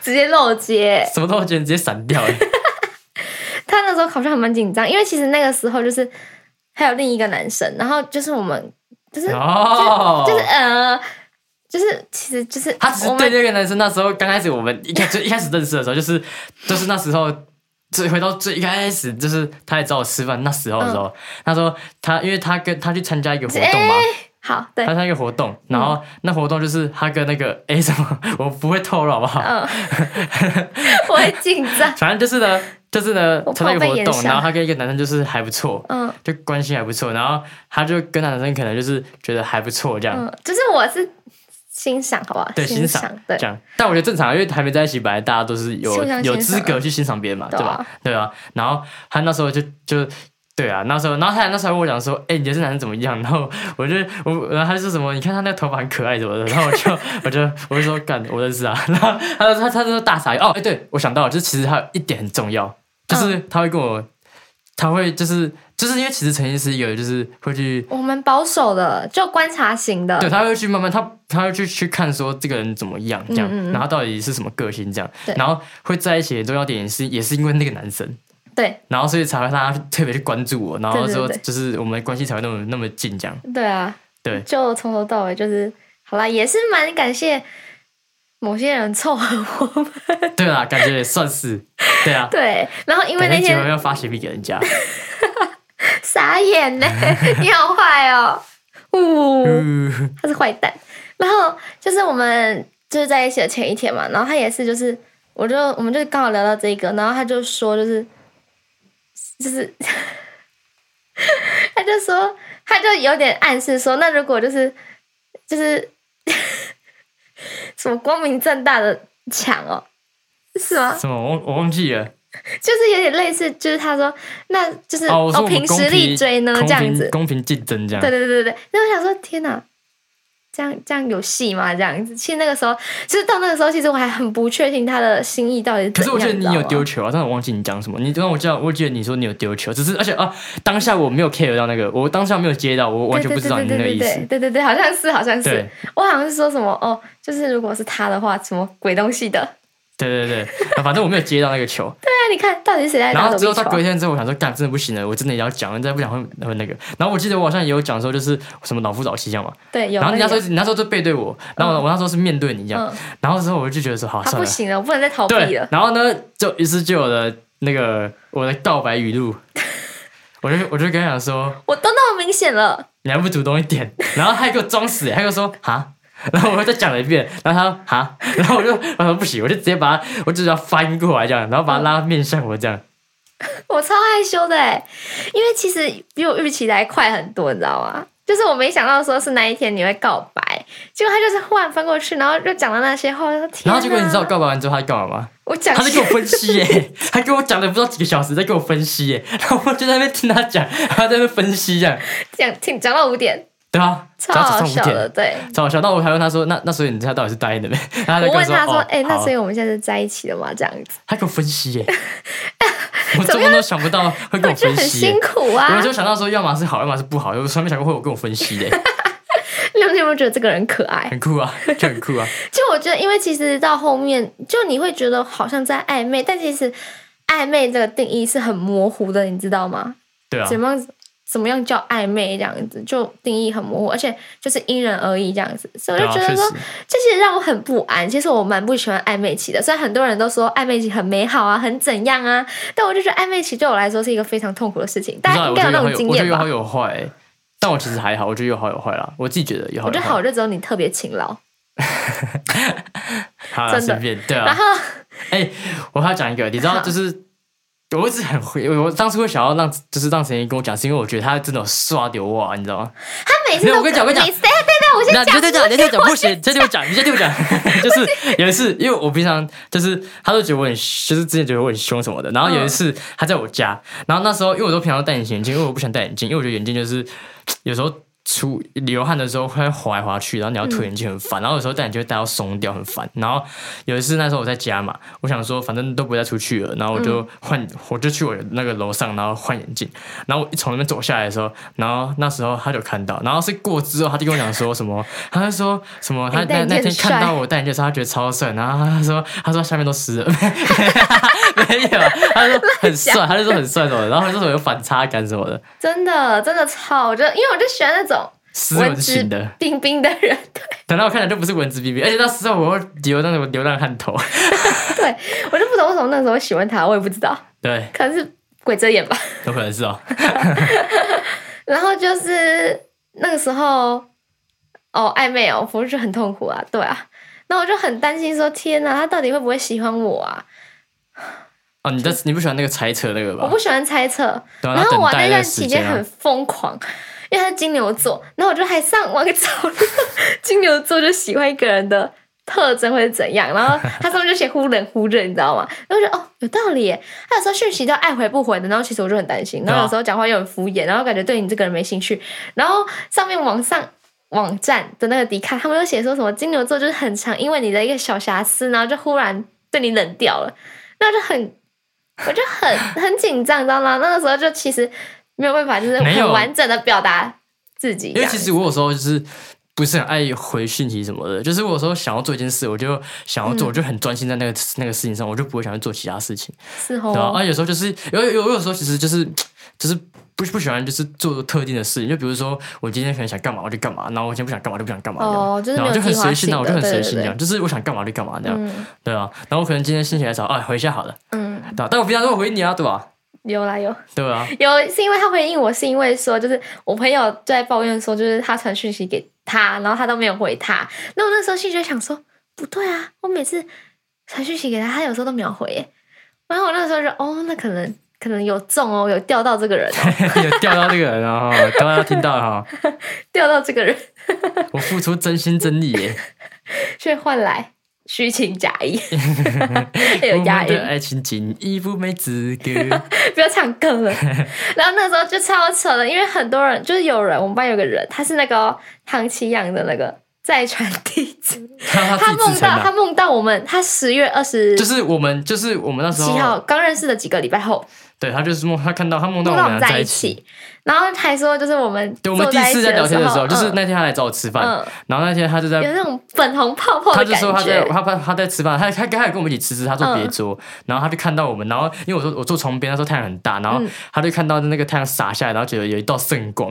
Speaker 1: 直接漏接。
Speaker 2: 什么都我觉得你直接闪 掉了。
Speaker 1: 他那时候好像还蛮紧张，因为其实那个时候就是还有另一个男生，然后就是我们就是、
Speaker 2: 哦，
Speaker 1: 就是呃，就是其实就是
Speaker 2: 他只是
Speaker 1: 我
Speaker 2: 对
Speaker 1: 们
Speaker 2: 那个男生那时候刚开始我们一开始一开始认识的时候，就是就是那时候最回到最一开始，就是他来找我吃饭那时候的时
Speaker 1: 嗯
Speaker 2: 候，他说他因为他跟他去参加一个活动嘛，
Speaker 1: 哎好对
Speaker 2: 他，参加一个活动，然后那活动就是他跟那个 哎、什么，我不会透露好不好？
Speaker 1: 嗯，我会紧张，
Speaker 2: 反正就是呢，就是呢
Speaker 1: 我，
Speaker 2: 参
Speaker 1: 怕
Speaker 2: 加一个
Speaker 1: 被
Speaker 2: 活
Speaker 1: 延
Speaker 2: 动，
Speaker 1: 上
Speaker 2: 然后他跟一个男生就是还不错，
Speaker 1: 嗯
Speaker 2: 就关系还不错，然后他就跟那男生可能就是觉得还不错这样，
Speaker 1: 嗯，就是我是欣赏，好不好？
Speaker 2: 对欣
Speaker 1: 欣
Speaker 2: 赏
Speaker 1: 对
Speaker 2: 这。样，但我觉得正常，因为还没在一起，本来大家都是有
Speaker 1: 互相欣赏
Speaker 2: 有资格去欣赏别人嘛，对
Speaker 1: 对啊
Speaker 2: 吧？对啊，然后他那时候就就对啊，那时候，然后他那时候还跟我讲说，哎、你觉得这男生怎么样？然后我就我，然后他就说什么，你看他那个头发很可爱什么的，然后我就我就我就说干，我认识啊，然后他就他他就说大傻眼哦，哎、对我想到了，就是其实还有一点很重要，就是
Speaker 1: 嗯
Speaker 2: 他会跟我，他会就是就是因为其实陈医师有就是会去。
Speaker 1: 我们保守的，就观察型的，
Speaker 2: 对，他会去慢慢，他他会去去看说这个人怎么样，这样，
Speaker 1: 嗯嗯嗯
Speaker 2: 然后到底是什么个性这样
Speaker 1: 对，
Speaker 2: 然后会在一起的重要点也是也是因为那个男生，
Speaker 1: 对
Speaker 2: 然后所以才会让他特别去关注我，然后
Speaker 1: 对对
Speaker 2: 说
Speaker 1: 对
Speaker 2: 就是我们的关系才会那么那么近这样。
Speaker 1: 对啊，
Speaker 2: 对
Speaker 1: 就从头到尾就是好啦，也是蛮感谢某些人凑合我们，
Speaker 2: 对啦，感觉也算是，对啊，
Speaker 1: 对。然 后因为
Speaker 2: 感
Speaker 1: 那
Speaker 2: 觉结
Speaker 1: 天
Speaker 2: 婚要发喜饼给人 家，
Speaker 1: 傻眼呢，你好坏哦，呜、
Speaker 2: 嗯，
Speaker 1: 他是坏蛋。然后就是我们就是在一起的前一天嘛，然后他也是就是，我就我们就刚好聊到这个，然后他就说就是就是 他就说他就有点暗示说，那如果就是就是 什么光明正大的抢哦，是吗？
Speaker 2: 什么我我忘记了，
Speaker 1: 就是有点类似，就是他说那就是
Speaker 2: 哦，我说我们
Speaker 1: 凭
Speaker 2: 公
Speaker 1: 实力
Speaker 2: 平
Speaker 1: 追呢
Speaker 2: 公
Speaker 1: 这样
Speaker 2: 平
Speaker 1: 子，
Speaker 2: 公平竞争这
Speaker 1: 对
Speaker 2: 样，
Speaker 1: 对对对对。那我想说，天哪，这样这样有戏吗？这样子，其实那个时候，其实到那个时候，其实我还很不确定他的心意到底是
Speaker 2: 可
Speaker 1: 怎
Speaker 2: 是
Speaker 1: 样。
Speaker 2: 我记得你有丢
Speaker 1: 知道
Speaker 2: 球
Speaker 1: 吗，
Speaker 2: 啊，但我忘记你讲什么。你让我记得，我记得你说你有丢球，只是而且啊，当下我没有 care 到那个，我当下没有接到，我完全不知道你那个
Speaker 1: 对对
Speaker 2: 意
Speaker 1: 对对
Speaker 2: 思。
Speaker 1: 对对对对，好像是好像是
Speaker 2: 对，
Speaker 1: 我好像是说什么哦，就是如果是他的话，什么鬼东西的？
Speaker 2: 对对对，啊反正我没有接到那个 球。
Speaker 1: 对啊，你看到底谁在
Speaker 2: 然
Speaker 1: 打
Speaker 2: 后
Speaker 1: 躲
Speaker 2: 之后
Speaker 1: 避
Speaker 2: 到隔
Speaker 1: 球？啊
Speaker 2: 天之后，我想说，干，真的不行了，我真的也要讲，再不讲会会那个。然后我记得我好像也有讲说，就是什么老夫老妻这样嘛。
Speaker 1: 对，有。
Speaker 2: 然后你那时候
Speaker 1: 有
Speaker 2: 你那时候就背对我，然后我我那时候是面对你这样。
Speaker 1: 嗯，
Speaker 2: 然后之后我就觉得说，好，
Speaker 1: 他
Speaker 2: 算
Speaker 1: 啊不
Speaker 2: 了。
Speaker 1: 行了，我不能再逃避
Speaker 2: 对
Speaker 1: 了，。
Speaker 2: 然后呢，就于是就有了那个我的告白语录。我就我就跟他讲说，
Speaker 1: 我都那么明显了，
Speaker 2: 你还不主动一点， 然后他还给我装死，他就说哈。 然后我又再讲了一遍，然后他说哈， 然后我就我说不行，我就直接把他，我就只要翻过来这样，然后把他拉面向我这样，
Speaker 1: 我超害羞的哎，因为其实比我预期的还快很多，你知道吗？就是我没想到说是那一天你会告白，结果他就是忽然翻过去，然后就讲了那些话，我说天
Speaker 2: 然
Speaker 1: 哪
Speaker 2: 后结果你知道我告白完之后他干嘛 吗？
Speaker 1: 我讲
Speaker 2: 他在给我分析耶、他跟我讲了不知道几个小时，在给我分析 耶、然后我就在那边听他讲，然后在那边分析这样，
Speaker 1: 讲听讲到五点，
Speaker 2: 对啊，
Speaker 1: 超
Speaker 2: 然后
Speaker 1: 好
Speaker 2: 早上
Speaker 1: 笑
Speaker 2: 五点，
Speaker 1: 的，对。
Speaker 2: 超好笑。那我还问他说，那那所以你他到底是答应的没？ 然后他就
Speaker 1: 我
Speaker 2: 跟
Speaker 1: 问他说
Speaker 2: 说，：“哦
Speaker 1: 哎、那
Speaker 2: 好
Speaker 1: 所以我们现在是在一起了吗？”这样子，
Speaker 2: 他给我分析耶、我怎么都想不到会跟
Speaker 1: 我
Speaker 2: 我
Speaker 1: 觉
Speaker 2: 分
Speaker 1: 得很
Speaker 2: 析耶、
Speaker 1: 辛苦啊
Speaker 2: 我。就想到说，要么是好，要么是不好。我从来没想过会有跟我分析的、
Speaker 1: 你有没有觉得这个人可爱？
Speaker 2: 很酷啊，就很酷啊。
Speaker 1: 就我觉得，因为其实到后面，就你会觉得好像在暧昧，但其实暧昧这个定义是很模糊的，你知道吗？
Speaker 2: 对啊，
Speaker 1: 怎么样怎么样叫暧昧这样子，就定义很模糊，而且就是因人而异这样子，所以
Speaker 2: 对
Speaker 1: 我
Speaker 2: 啊，
Speaker 1: 就觉得
Speaker 2: 确
Speaker 1: 说，
Speaker 2: 实，
Speaker 1: 这其实让我很不安。其实我蛮不喜欢暧昧期的，虽然很多人都说暧昧期很美好啊，很怎样啊，但我就觉得暧昧期对我来说是一个非常痛苦的事情。大
Speaker 2: 不知
Speaker 1: 家
Speaker 2: 道我觉得有
Speaker 1: 应该那
Speaker 2: 好
Speaker 1: 种
Speaker 2: 有，
Speaker 1: 经
Speaker 2: 我觉得
Speaker 1: 验
Speaker 2: 有
Speaker 1: 吧
Speaker 2: 好？有坏、欸，但我其实还好，我觉得有好有坏啦。我自己觉得有好
Speaker 1: 我
Speaker 2: 有啊
Speaker 1: 觉
Speaker 2: 坏。
Speaker 1: 得好，就只有你特别勤劳。
Speaker 2: 好啦
Speaker 1: 真的
Speaker 2: 随便对
Speaker 1: 然
Speaker 2: 啊。
Speaker 1: 后
Speaker 2: 哎、我还要讲一个，你知道，
Speaker 1: 好
Speaker 2: 就是我一直很会，我当初会想要让，就是让陈怡跟我讲，是因为我觉得他真的有刷流哇，你知道吗？
Speaker 1: 他每次
Speaker 2: 没有
Speaker 1: 都
Speaker 2: 我跟你讲我跟你讲
Speaker 1: 每次对对哎对，我先
Speaker 2: 那
Speaker 1: 讲，
Speaker 2: 你就再讲，你就再讲，
Speaker 1: 我
Speaker 2: 不行，你先听我讲，你先听我 讲。就是有一次，因为我平常就是，他都觉得我很，就是之前觉得我很凶什么的。然后有一次他在我家，然后那时候因为我都平常都戴隐形眼镜，因为我不想戴眼镜，因为我觉得眼镜就是有时候出流汗的时候会滑来滑去，然后你要脱眼镜很烦，然后有时候戴眼镜会戴到松掉很烦。然后有一次那时候我在家嘛，我想说反正都不再出去了，然后我
Speaker 1: 嗯
Speaker 2: 就换，我就去我那个楼上，然后换眼镜。然后我一从那边走下来的时候，然后那时候他就看到，然后是过之后他就跟我讲说什么，他就说什么他
Speaker 1: 哎你戴
Speaker 2: 那
Speaker 1: 眼镜
Speaker 2: 那天
Speaker 1: 很帅
Speaker 2: 看到我戴眼镜的时候，他觉得超帅，然后他说他说下面都湿了， 没有，他说很帅，他就说很帅什么的，然后他就说有反差感什么 的，
Speaker 1: 真的真的超，我就因为我就喜欢那种
Speaker 2: 湿
Speaker 1: 文
Speaker 2: 文
Speaker 1: 质
Speaker 2: 型的。
Speaker 1: 彬彬的人，
Speaker 2: 等到我看起来就不是文质彬彬，而且到时候我会留那种流浪汉头，
Speaker 1: 对我就不懂为什么那时候喜欢他，我也不知道，
Speaker 2: 对，
Speaker 1: 可能是鬼遮眼吧。
Speaker 2: 有可能是哦。
Speaker 1: 然后就是那个时候，哦，暧昧哦，不是很痛苦啊，对啊。那我就很担心说，天啊哪，他到底会不会喜欢我啊？
Speaker 2: 哦，你这你不喜欢那个猜测那个
Speaker 1: 我
Speaker 2: 吧
Speaker 1: 不？喜欢猜测。
Speaker 2: 对啊
Speaker 1: 然后
Speaker 2: 那
Speaker 1: 我
Speaker 2: 等待
Speaker 1: 那
Speaker 2: 的
Speaker 1: 段
Speaker 2: 时
Speaker 1: 期
Speaker 2: 间
Speaker 1: 间
Speaker 2: 啊
Speaker 1: 很疯狂，因为他是金牛座，然后我就还上网找了 金牛座就喜欢一个人的特征会是怎样，然后他上面就写忽冷忽热，你知道吗？然后我就哦有道理耶，他有时候讯息都爱回不回的，然后其实我就很担心，然后有时
Speaker 2: 啊
Speaker 1: 候讲话又很敷衍，然后感觉对你这个人没兴趣，然后上面网上。网站的那个迪卡，他们都写说什么金牛座就是很常因为你的一个小瑕疵，然后就忽然对你冷掉了，那就很，我就 很很紧张，你知道吗？那个时候就其实没有办法，就是
Speaker 2: 没有
Speaker 1: 很完整的表达自己这
Speaker 2: 因为
Speaker 1: 样。
Speaker 2: 其实我有时候就是不是很爱回讯息什么的，就是我有时候想要做一件事，我就想
Speaker 1: 嗯
Speaker 2: 要做，我就很专心在那个那个事情上，我就不会想去做其他事情，
Speaker 1: 是
Speaker 2: 对吧、啊？
Speaker 1: 哦，
Speaker 2: 有时候就是有有有有时候其实就是就是。不不喜欢就是做特定的事情，就比如说我今天可能想干嘛我就干嘛，然后我今天不想干嘛就不想干嘛这样，
Speaker 1: 哦就是
Speaker 2: 然
Speaker 1: 没
Speaker 2: 后
Speaker 1: 有
Speaker 2: 就很
Speaker 1: 计划
Speaker 2: 随性，啊然后我就
Speaker 1: 性
Speaker 2: 很
Speaker 1: 的
Speaker 2: 随
Speaker 1: 对
Speaker 2: 性
Speaker 1: 对
Speaker 2: 这样，就是我想干嘛就干嘛这样，
Speaker 1: 嗯
Speaker 2: 对啊。然后我可能今天心情来潮，哎，回一下好了，
Speaker 1: 嗯，
Speaker 2: 对、啊、但我平常都会回你啊，对吧？
Speaker 1: 有啦有
Speaker 2: 对啊，
Speaker 1: 有，是因为他回应我，是因为说就是我朋友就在抱怨说，就是他传讯息给他，然后他都没有回他。那我那时候心里就想说，不对啊，我每次传讯息给他，他有时候都没有回耶。然后我那时候就哦，那可能可能有中哦，有钓到这个 人哦，
Speaker 2: 有钓到这个人啊，哈大家听到了哈，
Speaker 1: 钓到这个人，
Speaker 2: 我付出真心真意耶，
Speaker 1: 却换来虚情假 意，
Speaker 2: 我们
Speaker 1: 有押韵
Speaker 2: 的。哎爱情仅一不没资 格。
Speaker 1: 不要唱歌 了。然后那时候就超扯的，因为很多人就是有人，我们班有个人，他是那个哦唐奇阳的那个债传弟子，
Speaker 2: 他自
Speaker 1: 他
Speaker 2: 己自
Speaker 1: 梦
Speaker 2: 称啊
Speaker 1: 到他
Speaker 2: 的，
Speaker 1: 梦到我们，他十月二十
Speaker 2: 就是我们，就是我们那时
Speaker 1: 七号
Speaker 2: 候，
Speaker 1: 刚认识的几个礼拜后
Speaker 2: 对他就是梦，他看到他梦到
Speaker 1: 梦
Speaker 2: 我
Speaker 1: 到我
Speaker 2: 们
Speaker 1: 们
Speaker 2: 俩在
Speaker 1: 一
Speaker 2: 一起。
Speaker 1: 起，然后还说就是我们
Speaker 2: 对，我们
Speaker 1: 坐
Speaker 2: 第一
Speaker 1: 一
Speaker 2: 次
Speaker 1: 起
Speaker 2: 在聊天
Speaker 1: 的
Speaker 2: 的时候，就是
Speaker 1: 嗯
Speaker 2: 那天他来找我吃饭，
Speaker 1: 嗯
Speaker 2: 然后那天他就
Speaker 1: 有
Speaker 2: 在。
Speaker 1: 那种粉红泡泡
Speaker 2: 他
Speaker 1: 的
Speaker 2: 就
Speaker 1: 感
Speaker 2: 说他在
Speaker 1: 觉。
Speaker 2: 他他他在吃饭，他他他有跟我们一起吃吃，他坐别桌，然后他就看到我们，然后因为我说我坐床边，他说太阳很大，然后
Speaker 1: 嗯
Speaker 2: 他就看到那个太阳洒下来，然后觉得有一道圣光，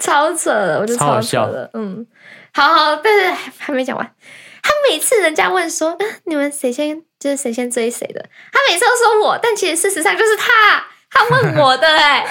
Speaker 1: 超扯的，我就
Speaker 2: 超好
Speaker 1: 超扯
Speaker 2: 笑
Speaker 1: 的，嗯，好好，但是还还没讲完。他每次人家问说，啊嗯，你们谁先就是谁先追谁的，他每次都说我，但其实事实上就是他，他问我 的哎、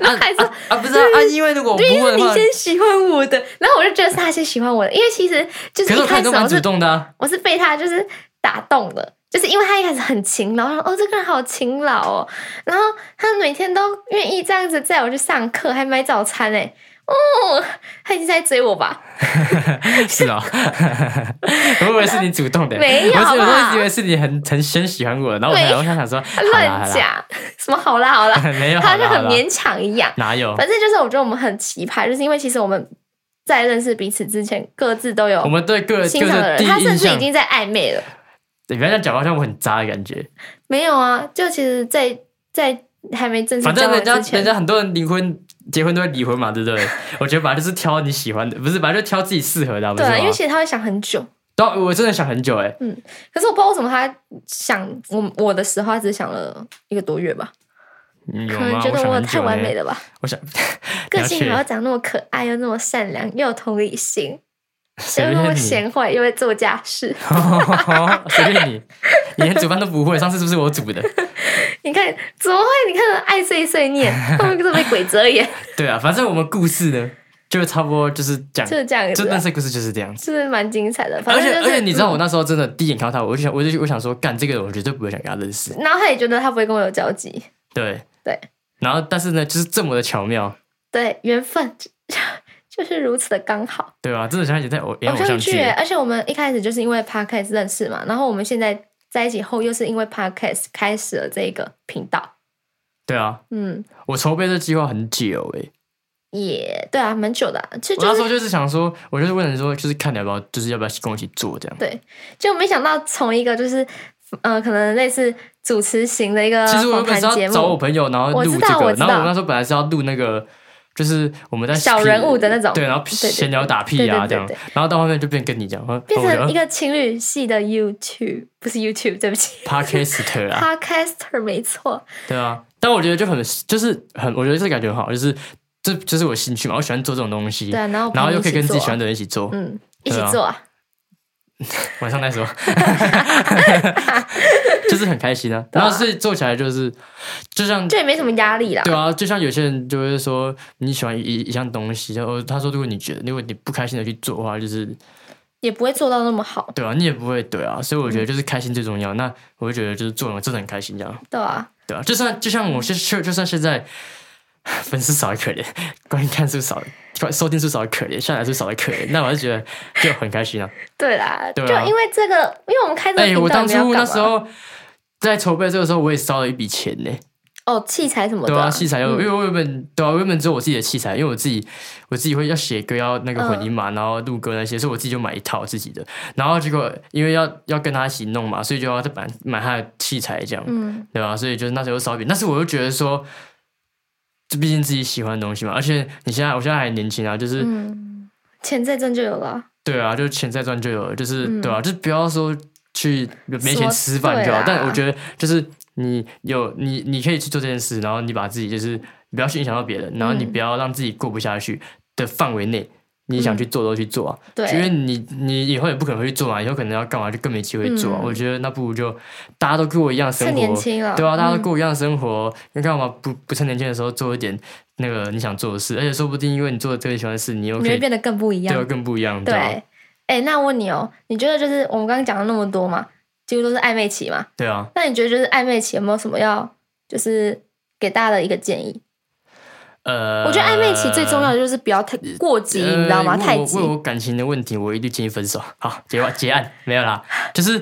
Speaker 1: 然后还说、
Speaker 2: 啊，不是啊，啊因为如果我不
Speaker 1: 对，
Speaker 2: 问
Speaker 1: 是
Speaker 2: 的
Speaker 1: 你
Speaker 2: 话，
Speaker 1: 先喜欢我的，然后我就觉得是他先喜欢我的，因为其实就是
Speaker 2: 可是
Speaker 1: 一
Speaker 2: 我
Speaker 1: 开
Speaker 2: 看
Speaker 1: 始
Speaker 2: 都
Speaker 1: 我
Speaker 2: 蛮主
Speaker 1: 是
Speaker 2: 动的啊。
Speaker 1: 我是被他就是打动了，就是因为他一开始很勤劳，然后哦这个人好勤劳哦，然后他每天都愿意这样子载我去上课，还买早餐哎，哦，他一直在追我吧？
Speaker 2: 是啊，我以为是你主动的，
Speaker 1: 没有
Speaker 2: 我是我
Speaker 1: 吧
Speaker 2: 一直以为是你很很先喜欢我，然后我
Speaker 1: 没
Speaker 2: 才
Speaker 1: 有
Speaker 2: 我想想说，好啦
Speaker 1: 乱，讲，什么好啦好 啦
Speaker 2: 好，啦没有，
Speaker 1: 他
Speaker 2: 好
Speaker 1: 好
Speaker 2: 啦
Speaker 1: 像很，
Speaker 2: 好啦
Speaker 1: 勉强一样。
Speaker 2: 哪有？
Speaker 1: 反正就是我觉得我们很奇葩，就是因为其实我们在认识彼此之前，各自都有
Speaker 2: 我们对个
Speaker 1: 欣
Speaker 2: 就
Speaker 1: 赏的
Speaker 2: 是第
Speaker 1: 人，他
Speaker 2: 一
Speaker 1: 甚
Speaker 2: 印
Speaker 1: 至已
Speaker 2: 象，
Speaker 1: 经在暧昧了。
Speaker 2: 你不要这样讲，好像我很渣的感觉。
Speaker 1: 没有啊，就其实在，在还没正式
Speaker 2: 反
Speaker 1: 交
Speaker 2: 正
Speaker 1: 往
Speaker 2: 人家
Speaker 1: 之
Speaker 2: 人
Speaker 1: 前，
Speaker 2: 家很多人离婚结婚都会离婚嘛，对不对？ 我觉得本来就是挑你喜欢的，不是本来就挑自己适合的啊，不
Speaker 1: 对
Speaker 2: 是
Speaker 1: 啊，
Speaker 2: 吗
Speaker 1: 因为？其实他会想很久。
Speaker 2: 对啊，我真的想很久哎，
Speaker 1: 可是我不知道为什么他想我我的时候，他只想了一个多月吧，
Speaker 2: 嗯有
Speaker 1: 可
Speaker 2: 吗？
Speaker 1: 能觉
Speaker 2: 我
Speaker 1: 得
Speaker 2: 想
Speaker 1: 我
Speaker 2: 很
Speaker 1: 太
Speaker 2: 久
Speaker 1: 完
Speaker 2: 哎
Speaker 1: 美，了吧，
Speaker 2: 我想
Speaker 1: 个
Speaker 2: 了
Speaker 1: 性
Speaker 2: 解
Speaker 1: 还要长那么可爱，又那么善良，又有同 理心，
Speaker 2: 随
Speaker 1: 又那么
Speaker 2: 便你。
Speaker 1: 贤惠，又会做家事。
Speaker 2: 随便你，你连煮饭都不会，上次是不是我煮的？
Speaker 1: 你看怎么会？你看爱碎碎念，后面就是被鬼遮眼，
Speaker 2: 对啊，反正我们故事呢，就差不多就是讲，
Speaker 1: 就是这样
Speaker 2: 就
Speaker 1: 子
Speaker 2: 认
Speaker 1: 啊，
Speaker 2: 识故事就是这样子。
Speaker 1: 就是蛮精彩的。反
Speaker 2: 而
Speaker 1: 正
Speaker 2: 且
Speaker 1: 就
Speaker 2: 而
Speaker 1: 是，嗯
Speaker 2: 且你知道，我那时候真的第一眼看到他，我就想，我就我想说，干这个人，我绝对不会想跟他认识。
Speaker 1: 嗯然后他也觉得他不会跟我有交集，
Speaker 2: 对
Speaker 1: 对。
Speaker 2: 然后，但是呢，就是这么的巧妙，
Speaker 1: 对，缘分 就是如此的刚好。
Speaker 2: 对吧、真的像演在偶演
Speaker 1: 偶
Speaker 2: 偶像
Speaker 1: 像剧
Speaker 2: 剧
Speaker 1: 耶，，哦而且我们一开始就是因为 podcast 认识嘛，然后我们现在在一起后，又是因为 podcast 开始了这个频道。
Speaker 2: 对啊。
Speaker 1: 嗯，
Speaker 2: 我筹备这计划很久诶、
Speaker 1: 也对啊，蛮久的、啊，就
Speaker 2: 我那
Speaker 1: 就
Speaker 2: 时
Speaker 1: 是
Speaker 2: 候就是想说，我就是问人说，就是看你要不要，就是要不要跟我一起做这样。
Speaker 1: 就没想到从一个就是呃，可能类似主持型的一个
Speaker 2: 其实我
Speaker 1: 呃
Speaker 2: 原本
Speaker 1: 访谈
Speaker 2: 是要
Speaker 1: 节
Speaker 2: 找我
Speaker 1: 目，
Speaker 2: 朋友，然后
Speaker 1: 我
Speaker 2: 录
Speaker 1: 知
Speaker 2: 这
Speaker 1: 道我
Speaker 2: 个，
Speaker 1: 知
Speaker 2: 然后我
Speaker 1: 道
Speaker 2: 那时候本来是要录那个，就是我们在
Speaker 1: 小人物的那种
Speaker 2: 对，然后
Speaker 1: 对对
Speaker 2: 闲聊打屁啊
Speaker 1: 对对对
Speaker 2: 这样
Speaker 1: 对，
Speaker 2: 然后到后面就变跟你讲，然后
Speaker 1: 变
Speaker 2: 我就
Speaker 1: 成一个情侣系的 YouTube，不是 YouTube，对不起
Speaker 2: podcaster 啊，
Speaker 1: ，podcaster 没错，
Speaker 2: 对啊。但我觉得就很就是很，我觉得这感觉很好，就是这就是我兴趣嘛，我喜欢做这种东西
Speaker 1: 对，啊，然后
Speaker 2: 嗯然后
Speaker 1: 朋
Speaker 2: 又
Speaker 1: 友一
Speaker 2: 可以
Speaker 1: 起
Speaker 2: 跟自己
Speaker 1: 做
Speaker 2: 喜
Speaker 1: 啊
Speaker 2: 欢的人一起做。
Speaker 1: 嗯一起
Speaker 2: 对啊
Speaker 1: 做啊，
Speaker 2: 晚上再 说，就是很开心啊。
Speaker 1: 对
Speaker 2: 然
Speaker 1: 啊
Speaker 2: 后所以做起来就是就像
Speaker 1: 就也没什么压力啦。
Speaker 2: 对啊，就像有些人就会说你喜欢一一项东西，然后他说如果你觉得如果你不开心的去做的话，就是
Speaker 1: 也不会做到那么好，
Speaker 2: 对啊，你也不会对啊，所以我
Speaker 1: 嗯
Speaker 2: 觉得就是开心最重要。那我就觉得就是做了真的很开心这样，
Speaker 1: 对啊，
Speaker 2: 对啊，就算就像我现就就算现在 粉丝少的可怜， 观看数少，观收听数少的可怜，下载数少的可怜，那我就觉得就很开心啊。
Speaker 1: 对啦，
Speaker 2: 对啊
Speaker 1: 就因为这个，因为我们开这个
Speaker 2: 哎、
Speaker 1: 频道，
Speaker 2: 我当
Speaker 1: 你们要
Speaker 2: 初
Speaker 1: 干
Speaker 2: 那
Speaker 1: 嘛
Speaker 2: 时候。在筹备这个时候，我也烧了一笔钱呢、
Speaker 1: 哦，器材什么的，
Speaker 2: 对啊，器材又、因
Speaker 1: 嗯
Speaker 2: 为我原本对啊，我原本只有我自己的器材，因为我自己我自己会要写歌，要那个混音
Speaker 1: 嗯
Speaker 2: 嘛，然后录歌那些，所以我自己就买一套自己的。然后结果因为要要跟他一起弄嘛，所以就要再买买他的器材这样，
Speaker 1: 嗯，
Speaker 2: 对吧、啊所以就是那时候烧饼，但是我又觉得说，这毕竟自己喜欢的东西嘛，而且你现在我现在还年轻啊，就是、
Speaker 1: 嗯，钱在挣就有了，
Speaker 2: 对啊，就是钱再赚就有了，就是、
Speaker 1: 嗯
Speaker 2: 对啊，就是不要说去没钱
Speaker 1: 说
Speaker 2: 吃饭就好
Speaker 1: 对啦。啊
Speaker 2: 但我觉得就是你有你你可以去做这件事，然后你把自己就是不要去影响到别人，然后你
Speaker 1: 嗯
Speaker 2: 不要让自己过不下去的范围内。你想去做都去做啊，因为
Speaker 1: 嗯对，
Speaker 2: 你你以后也不可能会去做嘛，以后可能要干嘛就更没机会做啊。
Speaker 1: 嗯
Speaker 2: 我觉得那不如就大家都跟我一样生
Speaker 1: 趁年
Speaker 2: 活，
Speaker 1: 轻了，
Speaker 2: 对啊，大家都
Speaker 1: 嗯
Speaker 2: 过一样的生活，你干嘛不不趁年轻的时候做一点那个你想做的事？而且说不定因为你做了这个喜欢的事，你又
Speaker 1: 你
Speaker 2: 可
Speaker 1: 会
Speaker 2: 以
Speaker 1: 变得更不一
Speaker 2: 对啊
Speaker 1: 样，
Speaker 2: 更不一样，
Speaker 1: 对，
Speaker 2: 吧
Speaker 1: 哎、那我问你哦，你觉得就是我们刚刚讲了那么多嘛，几乎都是暧昧期嘛，
Speaker 2: 对啊，
Speaker 1: 那你觉得就是暧昧期有没有什么要就是给大家的一个建议？
Speaker 2: 呃，
Speaker 1: 我觉得暧昧期最重要的就是不要太过激，
Speaker 2: 呃
Speaker 1: 你知道吗？
Speaker 2: 为
Speaker 1: 太
Speaker 2: 我
Speaker 1: 急
Speaker 2: 为，我感情的问题，我一律建议分手。好，结完结案没有啦，就是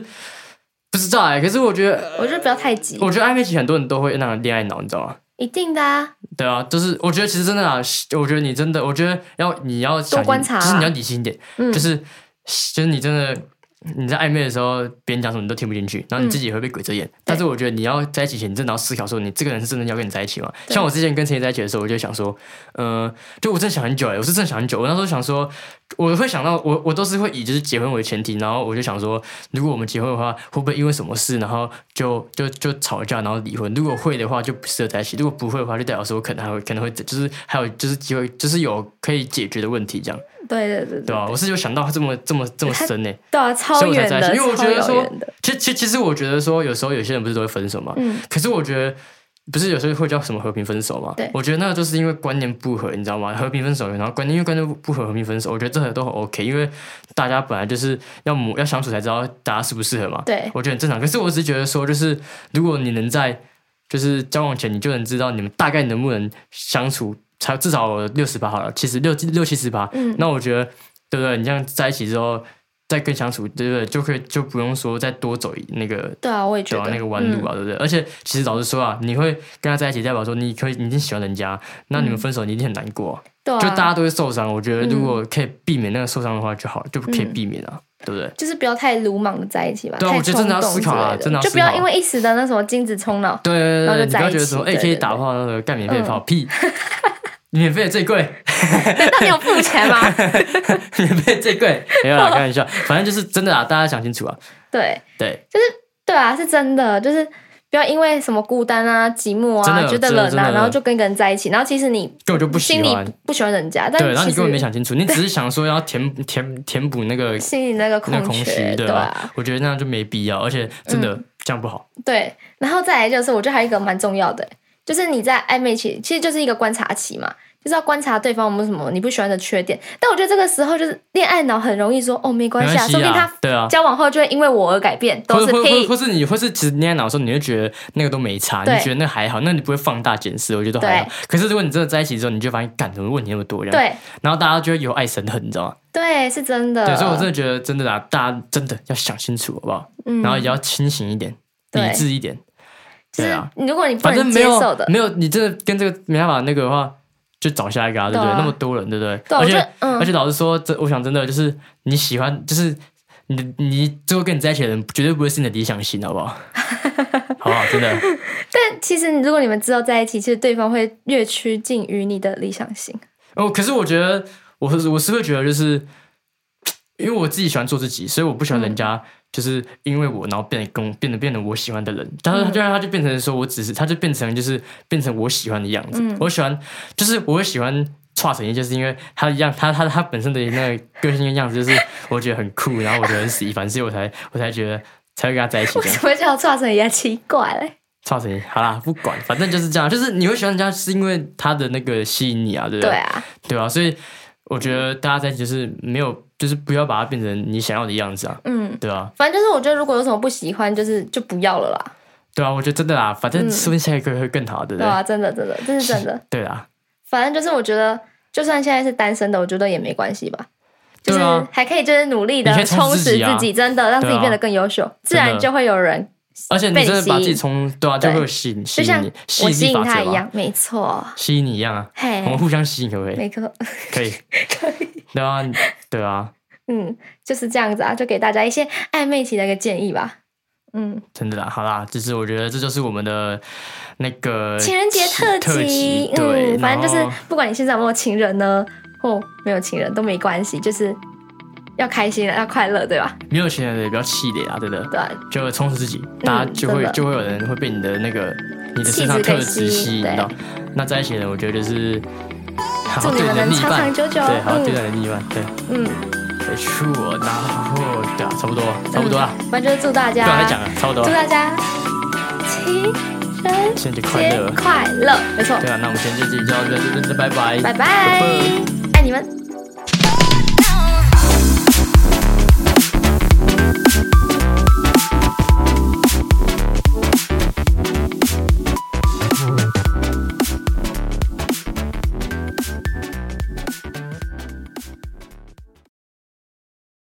Speaker 2: 不知道哎、可是我觉得，
Speaker 1: 我觉得不要太急，
Speaker 2: 我觉得暧昧期很多人都会那种恋爱脑，你知道吗？
Speaker 1: 一定的啊，
Speaker 2: 对啊，就是我觉得其实真的啊，我觉得你真的，我觉得要你要小心
Speaker 1: 观察啊
Speaker 2: 就是你要理性一点，
Speaker 1: 嗯
Speaker 2: 就是就是你真的。你在暧昧的时候，别人讲什么你都听不进去，然
Speaker 1: 嗯
Speaker 2: 后你自己也会被鬼遮眼。但是我觉得你要在一起前，你真的要思考说，你这个人是真的要跟你在一起吗？
Speaker 1: 对
Speaker 2: 像我之前跟陈怡在一起的时候，我就想说，嗯、就我真的想很久、欸，我是真的想很久。我那时候想说，我会想到我我都是会以就是结婚为前提，然后我就想说，如果我们结婚的话，会不会因为什么事，然后就就就吵架，然后离婚？如果会的话，就不适合在一起；如果不会的话，就代表说我可能还会可能会就是还有就是机会，就是有可以解决的问题，这样
Speaker 1: 对对对
Speaker 2: 对吧、我是有想到这么这么这么深呢、
Speaker 1: 对啊，超
Speaker 2: 所以我才
Speaker 1: 远
Speaker 2: 在一
Speaker 1: 的，
Speaker 2: 起因为我觉得
Speaker 1: 超
Speaker 2: 说
Speaker 1: 遥远的，
Speaker 2: 其实其实其实我觉得说，有时候有些人不是都会分手嘛，
Speaker 1: 嗯
Speaker 2: 可是我觉得不是有时候会叫什么和平分手吗？
Speaker 1: 对
Speaker 2: 我觉得那个就是因为观念不合，你知道吗？和平分手，然后观念因为观念不合，和平分手，我觉得这都很 OK，因为大家本来就是要磨要相处才知道大家适不适合嘛。
Speaker 1: 对
Speaker 2: 我觉得很正常。可是我只是觉得说，就是如果你能在就是交往前，你就能知道你们大概能不能相处，才至少六十八好了，其实六六七十八。
Speaker 1: 嗯
Speaker 2: 那我觉得对不对？你这样在一起之后，再更相处，对不对？就可以就不用说再多走一那个
Speaker 1: 对啊，我也觉
Speaker 2: 走
Speaker 1: 得
Speaker 2: 到那个弯路啊，对不对？而且其实老实说啊，你会跟他在一起，代表说你可以你已经喜欢人家，那你们分手你一定很难过啊、
Speaker 1: 对啊，
Speaker 2: 就大家都会受伤。我觉得如果可以避免那个受伤的话就好了，就可
Speaker 1: 嗯
Speaker 2: 以避免啊，对不对？
Speaker 1: 就是不要太鲁莽的在一起吧，
Speaker 2: 对啊
Speaker 1: 太
Speaker 2: 我觉得真的要
Speaker 1: 冲动
Speaker 2: 思考啊
Speaker 1: 之类的
Speaker 2: 真的要
Speaker 1: 就不要
Speaker 2: 思考
Speaker 1: 因为一时的那什么精子冲脑，
Speaker 2: 对对
Speaker 1: 然后
Speaker 2: 对对，
Speaker 1: 就
Speaker 2: 你不
Speaker 1: 在
Speaker 2: 要
Speaker 1: 一
Speaker 2: 觉得
Speaker 1: 起
Speaker 2: 说
Speaker 1: 对
Speaker 2: 哎
Speaker 1: 对
Speaker 2: 可以
Speaker 1: 对嗯
Speaker 2: 打炮那个干免费炮屁， 免费最贵，
Speaker 1: 难道你有付钱吗？
Speaker 2: 免费最贵，没有啦，开玩笑，反正就是真的啊，大家想清楚啊，
Speaker 1: 对
Speaker 2: 对，
Speaker 1: 对啊，是真的，就是不要因为什么孤单啊、寂寞
Speaker 2: 真
Speaker 1: 啊、
Speaker 2: 的
Speaker 1: 觉得
Speaker 2: 真的
Speaker 1: 冷
Speaker 2: 真
Speaker 1: 啊，
Speaker 2: 的
Speaker 1: 然后就跟一个人在一起，然后其实你
Speaker 2: 根本就不喜
Speaker 1: 心里
Speaker 2: 欢。
Speaker 1: 不喜欢人家，但
Speaker 2: 对，然后
Speaker 1: 其
Speaker 2: 你
Speaker 1: 实
Speaker 2: 根本没想清楚，你只 是想说要填填填补那个
Speaker 1: 心里那个
Speaker 2: 那个空
Speaker 1: 缺，
Speaker 2: 虚，
Speaker 1: 对
Speaker 2: 吧、
Speaker 1: 啊，嗯
Speaker 2: 我觉得那样就没必要，而且真的、这样不好。
Speaker 1: 对，然后再来就是，我觉得还有一个蛮重要的，就是你在暧昧期，其实就是一个观察期嘛，就是要观察对方有没有什么你不喜欢的缺点。但我觉得这个时候就是恋爱脑很容易说哦没关系啊，
Speaker 2: 没
Speaker 1: 说不定
Speaker 2: 啊
Speaker 1: 他，
Speaker 2: 对啊，
Speaker 1: 交往后就会因为我而改变，都
Speaker 2: 或
Speaker 1: 是
Speaker 2: 或或
Speaker 1: 屁。
Speaker 2: 或是你，或是其实恋爱脑的时候，你会觉得那个都没差，你
Speaker 1: 对
Speaker 2: 觉得那还好，那你不会放大检视，我觉得都还好。可是如果你真的在一起之后，你就发现，干怎么问题那么多，这样，
Speaker 1: 对
Speaker 2: 然后大家就会有爱生恨，你知道吗？
Speaker 1: 对，是真的。
Speaker 2: 对，所以我真的觉得，真的啦，大家真的要想清楚，好不好？
Speaker 1: 嗯
Speaker 2: 然后也要清醒一点，
Speaker 1: 对
Speaker 2: 理智一点。
Speaker 1: 就
Speaker 2: 对
Speaker 1: 是
Speaker 2: 啊，
Speaker 1: 如果你不
Speaker 2: 反正
Speaker 1: 能
Speaker 2: 没
Speaker 1: 接
Speaker 2: 有
Speaker 1: 受的，
Speaker 2: 没有，你真的跟这个没办法那个的话，就找下一个啊，对不
Speaker 1: 对
Speaker 2: 对？
Speaker 1: 啊
Speaker 2: 那么多人，对不对？
Speaker 1: 对，我
Speaker 2: 而
Speaker 1: 觉
Speaker 2: 且
Speaker 1: 得
Speaker 2: 而
Speaker 1: 嗯，
Speaker 2: 且老实说，这我想真的就是你喜欢，就是你你最后跟你在一起的人，绝对不会是你的理想型，好不 好？好不好？真的，
Speaker 1: 但其实如果你们之后在一起，其实对方会越趋近于你的理想型。
Speaker 2: 哦，可是我觉得我是我是会觉得就是，因为我自己喜欢做自己，所以我不喜欢人家就是因为我然后变得跟我变得变得我喜欢的人，但是他就他就变成说我只是他就变成就是变成我喜欢的样子，我喜欢就是我会喜欢。跨成一就是因为他的样，他他他本身的那个个性跟样子，就是我觉得很酷，然后我觉得很喜欢，所以我才我才觉得才会跟他在一起
Speaker 1: 为
Speaker 2: 这样
Speaker 1: 什。么叫跨成也奇怪嘞？
Speaker 2: 跨成一好啦，不管，反正就是这样，就是你会喜欢人家是因为他的那个吸引你啊，对不
Speaker 1: 对啊，
Speaker 2: 对啊，所以我觉得大家在一起就是没有，就是不要把它变成你想要的样子啊，
Speaker 1: 嗯，
Speaker 2: 对啊，
Speaker 1: 反正就是我觉得如果有什么不喜欢，就是就不要了啦。
Speaker 2: 对啊，我觉得真的啦，反正说不定下一个会更好，对不
Speaker 1: 嗯对
Speaker 2: 对？
Speaker 1: 啊，真的真的，这是真 的。
Speaker 2: 对啊，
Speaker 1: 反正就是我觉得，就算现在是单身的，我觉得也没关系吧。就是
Speaker 2: 对啊
Speaker 1: 还可以，就是努力的
Speaker 2: 你可以充
Speaker 1: 充实
Speaker 2: 实
Speaker 1: 自
Speaker 2: 自己啊
Speaker 1: 己，真的让自己
Speaker 2: 对啊
Speaker 1: 变得更优秀，自
Speaker 2: 真
Speaker 1: 然
Speaker 2: 的
Speaker 1: 就会有人
Speaker 2: 而且你
Speaker 1: 被
Speaker 2: 真的
Speaker 1: 吸
Speaker 2: 把自己
Speaker 1: 引
Speaker 2: 冲，对啊，就
Speaker 1: 对
Speaker 2: 会有吸引吸
Speaker 1: 就像
Speaker 2: 引你，
Speaker 1: 我
Speaker 2: 吸
Speaker 1: 吸
Speaker 2: 引力法
Speaker 1: 引他
Speaker 2: 则
Speaker 1: 一
Speaker 2: 吧，
Speaker 1: 样，没错。
Speaker 2: 吸引你一样 啊，
Speaker 1: 嘿
Speaker 2: 我，们互相吸引可不可以？
Speaker 1: 没错，
Speaker 2: 可以，对啊，对啊，
Speaker 1: 嗯，就是这样子啊，就给大家一些暧昧期的一个建议吧。嗯，
Speaker 2: 真的啦，好啦，就是我觉得这就是我们的那个
Speaker 1: 情人节
Speaker 2: 特
Speaker 1: 辑
Speaker 2: 辑，对，
Speaker 1: 嗯，反正就
Speaker 2: 然
Speaker 1: 是
Speaker 2: 后
Speaker 1: 不管你现在有没有情人呢，或没有情人都没关系，就是要开心，要快乐，对吧？
Speaker 2: 没有钱的人也不要气馁啊，真的。
Speaker 1: 对吧？
Speaker 2: 就充实自己，大家就
Speaker 1: 嗯真
Speaker 2: 会、
Speaker 1: 的
Speaker 2: 就会有人会被你的那个你的
Speaker 1: 气质
Speaker 2: 身上特
Speaker 1: 给
Speaker 2: 质
Speaker 1: 吸
Speaker 2: 吸
Speaker 1: 引
Speaker 2: 引到。那在一起的人，我觉得就是好
Speaker 1: 祝
Speaker 2: 好
Speaker 1: 你
Speaker 2: 对
Speaker 1: 们
Speaker 2: 你的
Speaker 1: 能
Speaker 2: 另一
Speaker 1: 长
Speaker 2: 半，
Speaker 1: 长久久。
Speaker 2: 对，好好对待你
Speaker 1: 嗯
Speaker 2: 的另一半，对，
Speaker 1: 嗯，
Speaker 2: 没错。然后对啊，差不多，差不多啦，
Speaker 1: 嗯反正就是祝大
Speaker 2: 不
Speaker 1: 家，
Speaker 2: 想再讲了，差不多
Speaker 1: 祝
Speaker 2: 啦。
Speaker 1: 大家情人
Speaker 2: 情人节快
Speaker 1: 节
Speaker 2: 乐！
Speaker 1: 快乐，没错，
Speaker 2: 对啊，那我们今天就就到这，拜拜，
Speaker 1: 拜
Speaker 2: 拜
Speaker 1: 拜，爱你们。